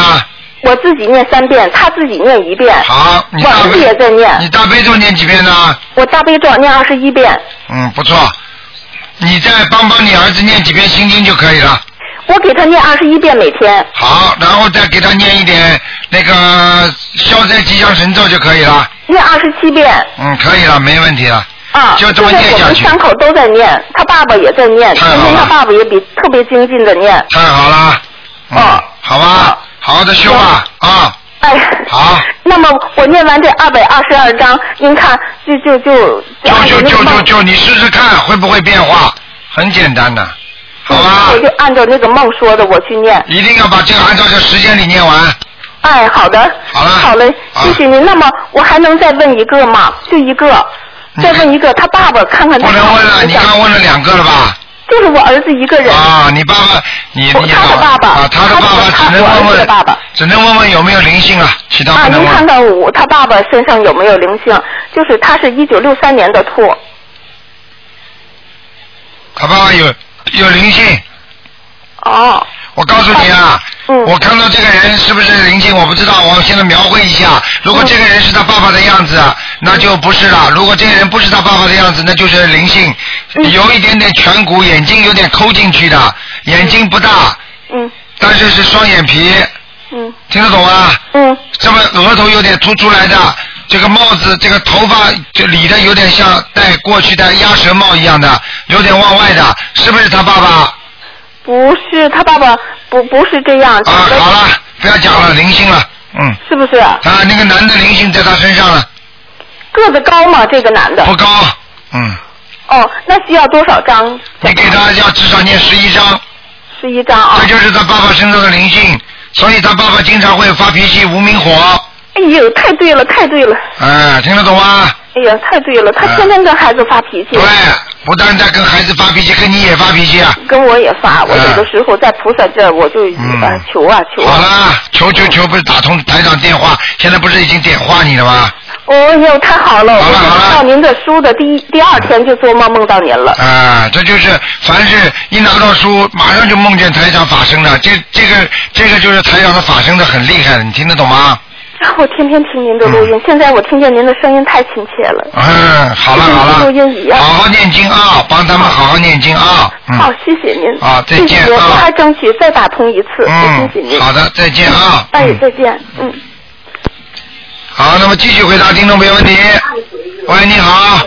Speaker 13: 我自己念三遍，他自己念一遍。
Speaker 1: 好，你
Speaker 13: 我
Speaker 1: 大
Speaker 13: 儿子也
Speaker 1: 悲
Speaker 13: 在念。
Speaker 1: 你大悲咒念几遍呢？
Speaker 13: 我大悲咒念二十一遍，
Speaker 1: 嗯，不错。你再帮帮你儿子念几遍心经就可以了。
Speaker 13: 我给他念二十一遍每天。
Speaker 1: 好，然后再给他念一点那个消灾吉祥神咒就可以了。
Speaker 13: 念二十七遍。
Speaker 1: 嗯，可以了，没问题了。
Speaker 13: 啊，
Speaker 1: 就这么
Speaker 13: 现在
Speaker 1: 念
Speaker 13: 我
Speaker 1: 下
Speaker 13: 们
Speaker 1: 去
Speaker 13: 三口都在念，他爸爸也在念，今天他爸爸也比特别精进的念。
Speaker 1: 太好了。嗯，好吧，好好的修吧，啊。
Speaker 13: 哎。
Speaker 1: 好。
Speaker 13: 那么我念完这二百二十二章，您看就就就
Speaker 1: 哦就就就就你试试看会不会变化，很简单的，
Speaker 13: 我就按照那个梦说的我去念。
Speaker 1: 一定要把这个按照这时间里念完。
Speaker 13: 哎，好的。
Speaker 1: 好了。啊
Speaker 13: 好嘞，谢谢您。那么我还能再问一个吗？就一个。再问一个，他爸爸看看他。不能问了，你
Speaker 1: 刚嗯问了两个了吧？
Speaker 13: 就是我儿子一个人。
Speaker 1: 啊，你爸爸，你你他的爸爸啊，他的爸爸只能问问爸爸，只能问问有没有灵性了，其他
Speaker 13: 啊，
Speaker 1: 不能
Speaker 13: 您看
Speaker 1: 问。
Speaker 13: 看我他爸爸身上有没有灵性？就是他是一九六三年的兔，
Speaker 1: 他爸爸有有灵性。
Speaker 13: 哦。嗯
Speaker 1: 我告诉你啊，我看到这个人是不是灵性，我不知道。我现在描绘一下，如果这个人是他爸爸的样子，啊
Speaker 13: 嗯
Speaker 1: 那就不是了；如果这个人不是他爸爸的样子，那就是灵性，
Speaker 13: 嗯
Speaker 1: 有一点点颧骨，眼睛有点抠进去的，眼睛不大，
Speaker 13: 嗯，
Speaker 1: 但是是双眼皮，
Speaker 13: 嗯，
Speaker 1: 听得懂吗？
Speaker 13: 嗯，
Speaker 1: 这么额头有点凸出来的，这个帽子，这个头发就理的有点像戴过去戴鸭舌帽一样的，有点往外的，是不是他爸爸？
Speaker 13: 不是他爸爸不不是这样。啊，好
Speaker 1: 了。不要讲了，灵性了，嗯。
Speaker 13: 是不是？啊，
Speaker 1: 那个男的灵性在他身上了，
Speaker 13: 个子高吗？这个男的。
Speaker 1: 不高。嗯。
Speaker 13: 哦，那需要多少张？
Speaker 1: 你给他要至少念十一章。
Speaker 13: 十一章啊。
Speaker 1: 这就是他爸爸身上的灵性，所以他爸爸经常会发脾气、无名火。
Speaker 13: 哎呦，太对了，太对了。
Speaker 1: 哎，听得懂吗？
Speaker 13: 哎呀，太对了，他
Speaker 1: 嗯
Speaker 13: 天天跟孩子发脾气。
Speaker 1: 不但在跟孩子发脾气，跟你也发脾气啊！
Speaker 13: 跟我也发，
Speaker 1: 嗯
Speaker 13: 我有的时候在菩萨这儿我就呃求啊求啊。
Speaker 1: 好啦，求求求，不是打通台长电话，现在不是已经点化你了吗？
Speaker 13: 哦哟，太好了！我看到您的书的第一第二天就做梦梦到您了。
Speaker 1: 啊，这就是凡是一拿到书，马上就梦见台长法身了。这这个这个就是台长的法身的很厉害的，你听得懂吗？
Speaker 13: 啊我天天听您的录音，现在我听见您的声音太亲切了。
Speaker 1: 嗯，好了好了，
Speaker 13: 录音一样。
Speaker 1: 好好念经啊，帮他们好好念经啊。嗯，
Speaker 13: 好，谢谢您。
Speaker 1: 啊再见
Speaker 13: 谢谢您
Speaker 1: 啊
Speaker 13: 我还争取再打通一次。
Speaker 1: 嗯
Speaker 13: 谢谢您。
Speaker 1: 好的再见啊
Speaker 13: 哎，再见。嗯。
Speaker 1: 好，那么继续回答听众朋友问题。喂，你好。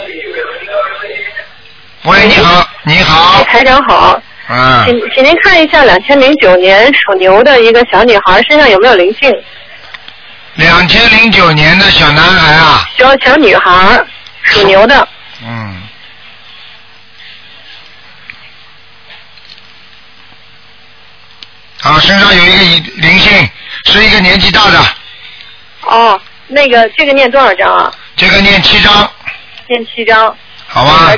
Speaker 1: 喂，你好，你好。
Speaker 5: 哎台长好，
Speaker 13: 哎
Speaker 1: 嗯，
Speaker 5: 请请您看一下两千零九年属牛的一个小女孩身上有没有灵性？
Speaker 1: 两千零九年的小男孩啊，
Speaker 5: 小小女孩属牛的，
Speaker 1: 嗯。啊，身上有一个灵灵性，是一个年纪大的，
Speaker 5: 哦，那个这个念多少章啊？
Speaker 1: 这个念七章，
Speaker 5: 念七章。
Speaker 1: 好吧？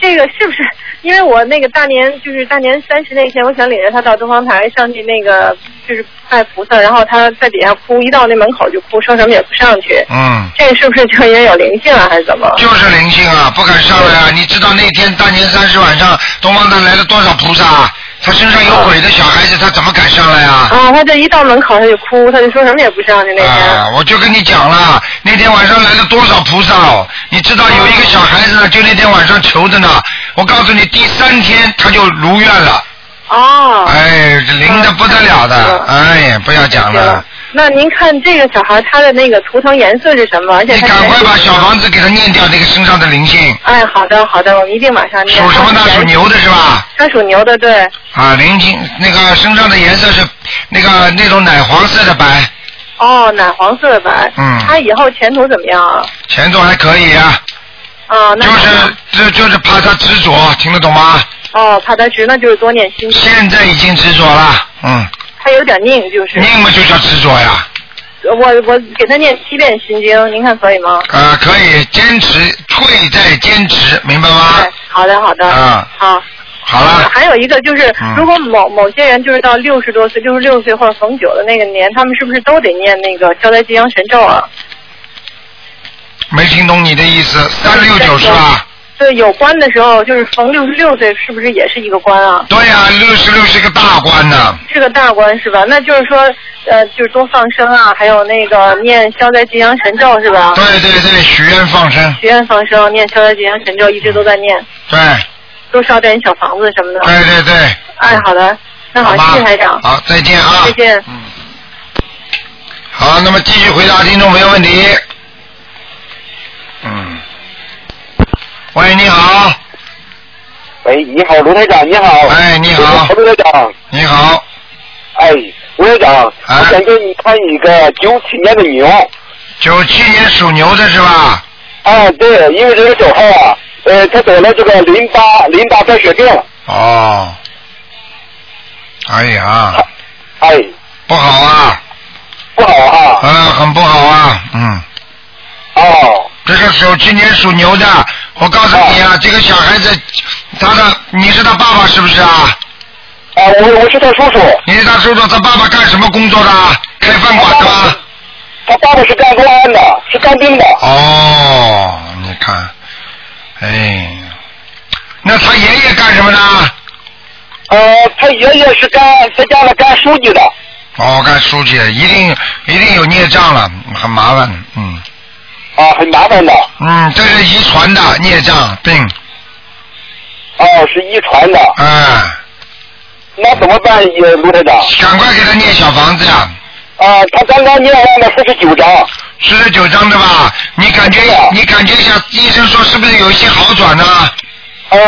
Speaker 5: 这个是不是？因为我那个大年就是大年三十那天，我想领着她到东方台上去那个就是拜菩萨，然后她在底下哭，一到那门口就哭，说什么也不上去。
Speaker 1: 嗯，
Speaker 5: 这个是不是就因为有灵性啊，还是怎么？嗯
Speaker 1: 就是灵性啊，不敢上来啊！你知道那天大年三十晚上，东方台来了多少菩萨啊？他身上有鬼的小孩子，他怎么敢上来啊？
Speaker 5: 啊，她这一到门口她就哭，她就说什么也不上去那天。
Speaker 1: 啊，我就跟你讲了，那天晚上来了多少菩萨哦！你知道有一个小孩
Speaker 5: 哦
Speaker 1: 子呢，就那天晚上求的呢。我告诉你，第三天他就如愿了。
Speaker 5: 哦。嗯
Speaker 1: 哎，这灵的不得了的，哎呀，不要讲了。
Speaker 5: 那您看这个小孩他的那个图腾颜色是什么？而且他赶快
Speaker 1: 把小房子给他念掉，这个身上的灵性。
Speaker 5: 哎，好的好的，我们一定马上念。属什么的？
Speaker 1: 属牛的是吧？
Speaker 5: 他属牛的，对。
Speaker 1: 啊，灵性那个身上的颜色是那个那种奶黄色的白，
Speaker 5: 哦，奶黄色的白。
Speaker 1: 嗯
Speaker 5: 他以后前途怎么样啊？
Speaker 1: 前途还可以啊。
Speaker 5: 啊，那
Speaker 1: 就是这就是怕他执着，听得懂吗？
Speaker 5: 哦，怕他直，那就是多念心经。
Speaker 1: 现在已经执着了，嗯，
Speaker 5: 他有点拧，就是。
Speaker 1: 拧嘛就叫执着呀。
Speaker 4: 我我给他念七遍心经，您看可以吗？
Speaker 1: 啊，可以坚持，贵在坚持，明白吗？
Speaker 4: 哎好的，好的。
Speaker 1: 啊，
Speaker 4: 好。
Speaker 1: 好了。
Speaker 4: 还有一个就是
Speaker 1: 嗯，
Speaker 4: 如果某某些人就是到六十多岁、六十六岁或者逢九的那个年，他们是不是都得念那个消灾吉祥神咒啊？
Speaker 1: 没听懂你的意思，三六九是吧？
Speaker 4: 对，有关的时候就是逢六十六岁，是不是也是一个关啊？
Speaker 1: 对哎呀、六十六是个大关呢、
Speaker 4: 是个大关是吧？那就是说，呃，就是多放生啊，还有那个念消灾吉祥神咒是吧？
Speaker 1: 对对对，许愿放生，
Speaker 4: 许愿放生，念消灾吉祥神咒，一直都在念，
Speaker 1: 对
Speaker 4: 多烧点小房子什么的。
Speaker 1: 对对对，
Speaker 4: 哎，好的，那好，谢谢台长。
Speaker 1: 好，再见啊！
Speaker 4: 再见。
Speaker 1: 好，那么继续回答听众朋友问题。嗯，喂，你好。
Speaker 10: 喂，你好，卢台长，你好。
Speaker 1: 哎，你好，
Speaker 10: 卢台长。
Speaker 1: 你好。
Speaker 10: 哎，卢台长，
Speaker 1: 啊
Speaker 10: 我想给你看一个九七年的牛。
Speaker 1: 九七年属牛的是吧？
Speaker 10: 啊，对，因为这个九号啊，呃，他得了这个淋巴淋巴白血病，
Speaker 1: 哦，哎呀，
Speaker 10: 哎，
Speaker 1: 不好啊，
Speaker 10: 不好啊，
Speaker 1: 嗯、很不好啊，嗯。
Speaker 10: 哦。
Speaker 1: 这个手今年属牛的，我告诉你啊，这个小孩子，他的你是他爸爸是不是啊？
Speaker 10: 啊，我我是他叔叔。
Speaker 1: 你是他叔叔，他爸爸干什么工作的啊？开饭馆的吗？
Speaker 10: 他爸爸是干公安的，是干兵的。
Speaker 1: 哦，你看，哎，那他爷爷干什么的？
Speaker 10: 呃，他爷爷是干他家的干书记的。
Speaker 1: 哦，干书记，一定一定有孽障了，很麻烦，嗯。
Speaker 10: 啊，很麻烦的。啊
Speaker 1: 嗯，这是遗传的孽障病，
Speaker 10: 哦，是遗传的。
Speaker 1: 啊。
Speaker 10: 那怎么办，也卢台长？
Speaker 1: 赶快给他念小房子呀。
Speaker 10: 啊，他刚刚念完了四十九章。
Speaker 1: 四十九章的吧？你感觉你感觉一下，医生说是不是有一些好转呢？
Speaker 10: 呃，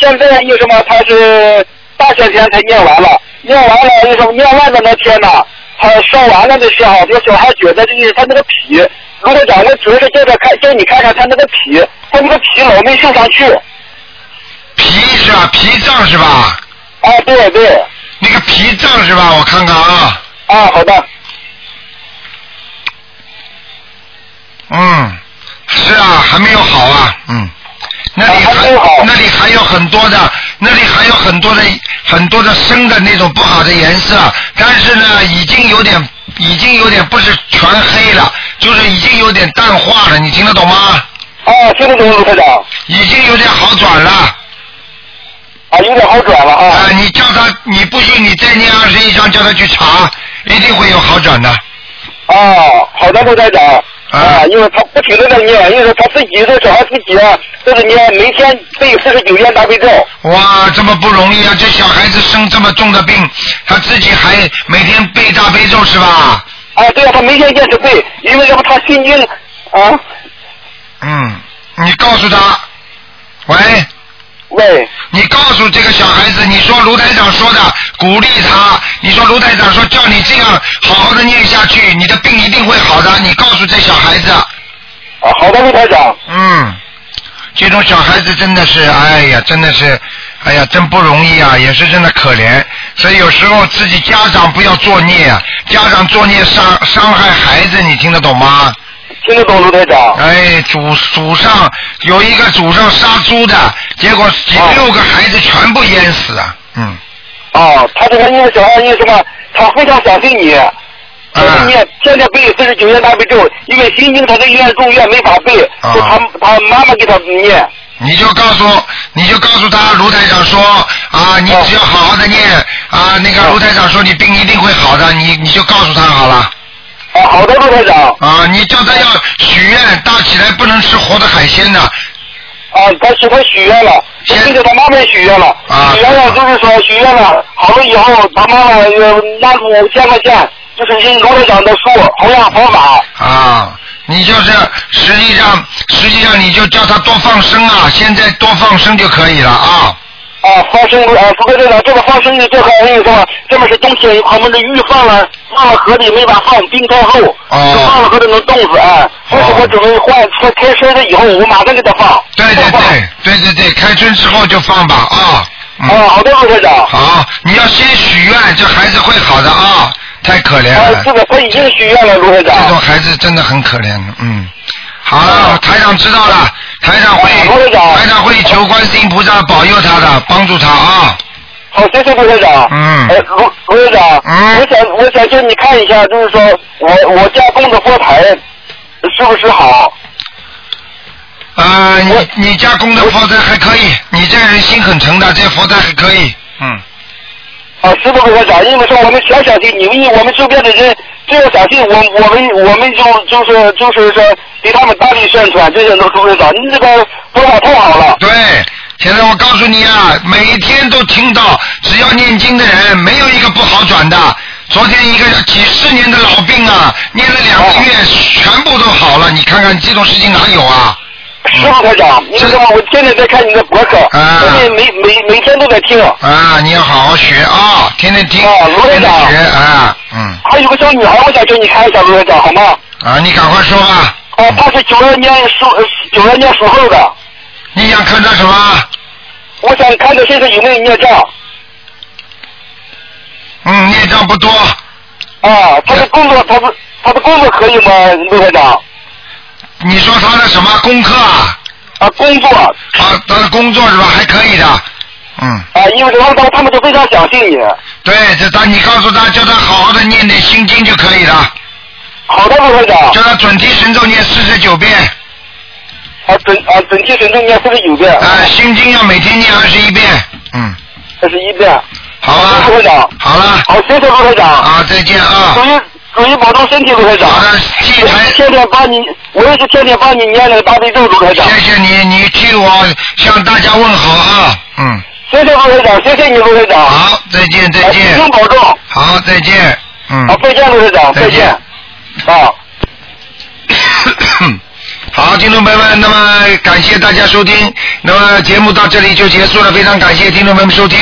Speaker 10: 现在为什么他是大夏天才念完了？念完了为什么念完的那天呢？他烧完了的时候，这个小孩觉得就是他那个脾，卢队长，我主要是叫他看，叫你看看他那个脾，他那个脾老没升上去。
Speaker 1: 脾是吧？脾脏是吧？
Speaker 10: 啊，对对。
Speaker 1: 那个脾脏是吧？我看看啊。
Speaker 10: 啊，好的。
Speaker 1: 嗯，是啊，还没有好啊，嗯，那
Speaker 10: 啊
Speaker 1: 里还、那里还有很多的，那里还有很多的很多的深的那种不好的颜色，但是呢，已经有点已经有点不是全黑了，就是已经有点淡化了，你听得懂吗？
Speaker 10: 哦，听得懂，卢科长。
Speaker 1: 已经有点好转了。
Speaker 10: 啊，有点好转了啊。
Speaker 1: 啊，你叫他，你不信你再念二十一章，叫他去查，一定会有好转的。
Speaker 10: 啊，好的，陆台长。啊，因为他不停的在念，因为他自己这小孩自己啊，就是念每天背四十九遍大悲咒。
Speaker 1: 哇，这么不容易啊！这小孩子生这么重的病，他自己还每天背大悲咒是吧？
Speaker 10: 啊，对啊，他每天念是背，因为要不他心经啊。
Speaker 1: 嗯，你告诉他，喂，
Speaker 10: 喂，
Speaker 1: 你告诉这个小孩子，你说卢台长说的，鼓励他，你说卢台长说叫你这样好好的念下去，你的病一定会好的，你告诉这小孩子。
Speaker 10: 啊，好的，陆台长。
Speaker 1: 嗯，这种小孩子真的是，哎呀，真的是，哎呀，真不容易啊，也是真的可怜。所以有时候自己家长不要作孽啊，家长作孽伤伤害孩子，你听得懂吗？
Speaker 10: 听得懂，卢台长。
Speaker 1: 哎，祖祖上有一个祖上杀猪的，结果几
Speaker 10: 哦
Speaker 1: 六个孩子全部淹死啊！嗯。
Speaker 10: 啊，他这个念小孩念什么？他非常相信你。嗯。念天天背四十九遍大悲咒，因为心经他在医院住院没法背，
Speaker 1: 啊
Speaker 10: 就他他妈妈给他念。
Speaker 1: 你就告诉，你就告诉他卢台长说啊，
Speaker 10: 哦
Speaker 1: 你只要好好的念啊，那个卢台长说你病一定会好的，你你就告诉他好了。
Speaker 10: 啊，好的，卢台长。
Speaker 1: 啊，你叫他要许愿，大起来不能吃活的海鲜的。
Speaker 10: 啊，他是他许愿了，他跟着他妈妈许愿了，许愿了就是说许愿了，好了以后他妈妈呃拿五千块钱，就是印卢台长的书《弘扬佛法》。
Speaker 1: 啊，你就是实际上实际上你就叫他多放生啊，现在多放生就可以了啊。
Speaker 10: 啊，放生啊，不过这个这个放生的这个我跟你说，这么是冬天，他们的鱼放了放了河里没法放，冰太厚，
Speaker 1: 哦
Speaker 10: 就放了河里能冻死啊。所以我准备换车开春了以后，我马上给他放。
Speaker 1: 对对对对对对，开春之后就放吧啊。嗯、
Speaker 10: 哦，好的，陆科长。
Speaker 1: 好，你要先许愿，这孩子会好的啊。太可怜
Speaker 10: 啊
Speaker 1: 了。
Speaker 10: 这个他已经许愿了，卢会长。啊
Speaker 1: 这种孩子真的很可怜的，嗯。好了，台长知道了，台长会，台长会求观世音菩萨保佑他的，帮助他啊。
Speaker 10: 好，谢谢卢会长。
Speaker 1: 嗯。
Speaker 10: 呃，卢卢会长，嗯，我想我想请你看一下，就是说我我家供的佛台是不是好？
Speaker 1: 啊，你你家供的佛台还可以，你这人心很诚的，这佛台还可以，嗯。
Speaker 10: 啊，是不是会长？因为说我们想相信你，因为我们周边的人只要相信我，我们我们就就是就是说给他们大力宣传，这些都卢会长，你这个佛法太好了。
Speaker 1: 对，现在我告诉你啊，每天都听到，只要念经的人，没有一个不好转的。昨天一个几十年的老病啊，念了两个月，全部都好了。你看看这种事情哪有啊？
Speaker 10: 师傅台长，你知道吗？我天天在看你的博客，而且每每每天都在听。
Speaker 1: 啊，你要好好学啊，天天听，
Speaker 10: 啊，罗
Speaker 1: 天
Speaker 10: 台
Speaker 1: 天
Speaker 10: 长，
Speaker 1: 学啊，嗯，
Speaker 10: 还有个小女孩，我想给你看一下，罗台长，好吗？
Speaker 1: 啊，你赶快说吧。
Speaker 10: 哦、她是九二年属呃九二年属猴的。
Speaker 1: 你想看她什么？
Speaker 10: 我想看她身上有没有孽障。
Speaker 1: 嗯，孽障不多。
Speaker 10: 啊，她的工作，她的她的工作可以吗，罗台长？
Speaker 1: 你说他的什么功课啊？
Speaker 10: 啊，工作。啊，
Speaker 1: 他的工作是吧？还可以的。嗯
Speaker 10: 啊，因为他们他们都非常相信你。
Speaker 1: 对，这他你告诉他，叫他好好的念点心经就可以了。
Speaker 10: 好的，罗台长。
Speaker 1: 叫他准提神咒念四十九遍。
Speaker 10: 啊，准啊准提神咒念四十九遍。
Speaker 1: 啊，心经要每天念二十一遍。嗯。
Speaker 10: 二十一遍。
Speaker 1: 好了。
Speaker 10: 卢台长。
Speaker 1: 好了。
Speaker 10: 好，谢谢卢台长。
Speaker 1: 啊，再见啊。
Speaker 10: 注意注意保重身体，卢台长。好的，我也是天天帮你，我也是天天帮你念那个大悲咒，卢台长。
Speaker 1: 谢谢你，你替我向大家问好啊。嗯。
Speaker 10: 谢谢卢台长，谢谢你，卢台长。
Speaker 1: 好，再见，再见。
Speaker 10: 一定保重。啊
Speaker 1: 好，再见。嗯。
Speaker 10: 好，再见，卢台长，再见。 啊。
Speaker 1: 好，听众朋友们，那么感谢大家收听，那么节目到这里就结束了，非常感谢听众朋友们收听。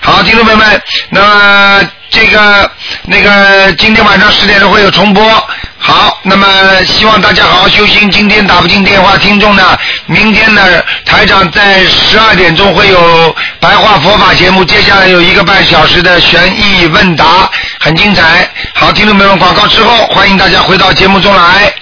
Speaker 1: 好，听众朋友们，那么这个那个今天晚上十点钟会有重播。好，那么希望大家好好修心。今天打不进电话，听众呢，明天呢，台长在十二点钟会有白话佛法节目，接下来有一个半小时的悬疑问答，很精彩。好，听众朋友们，广告之后，欢迎大家回到节目中来。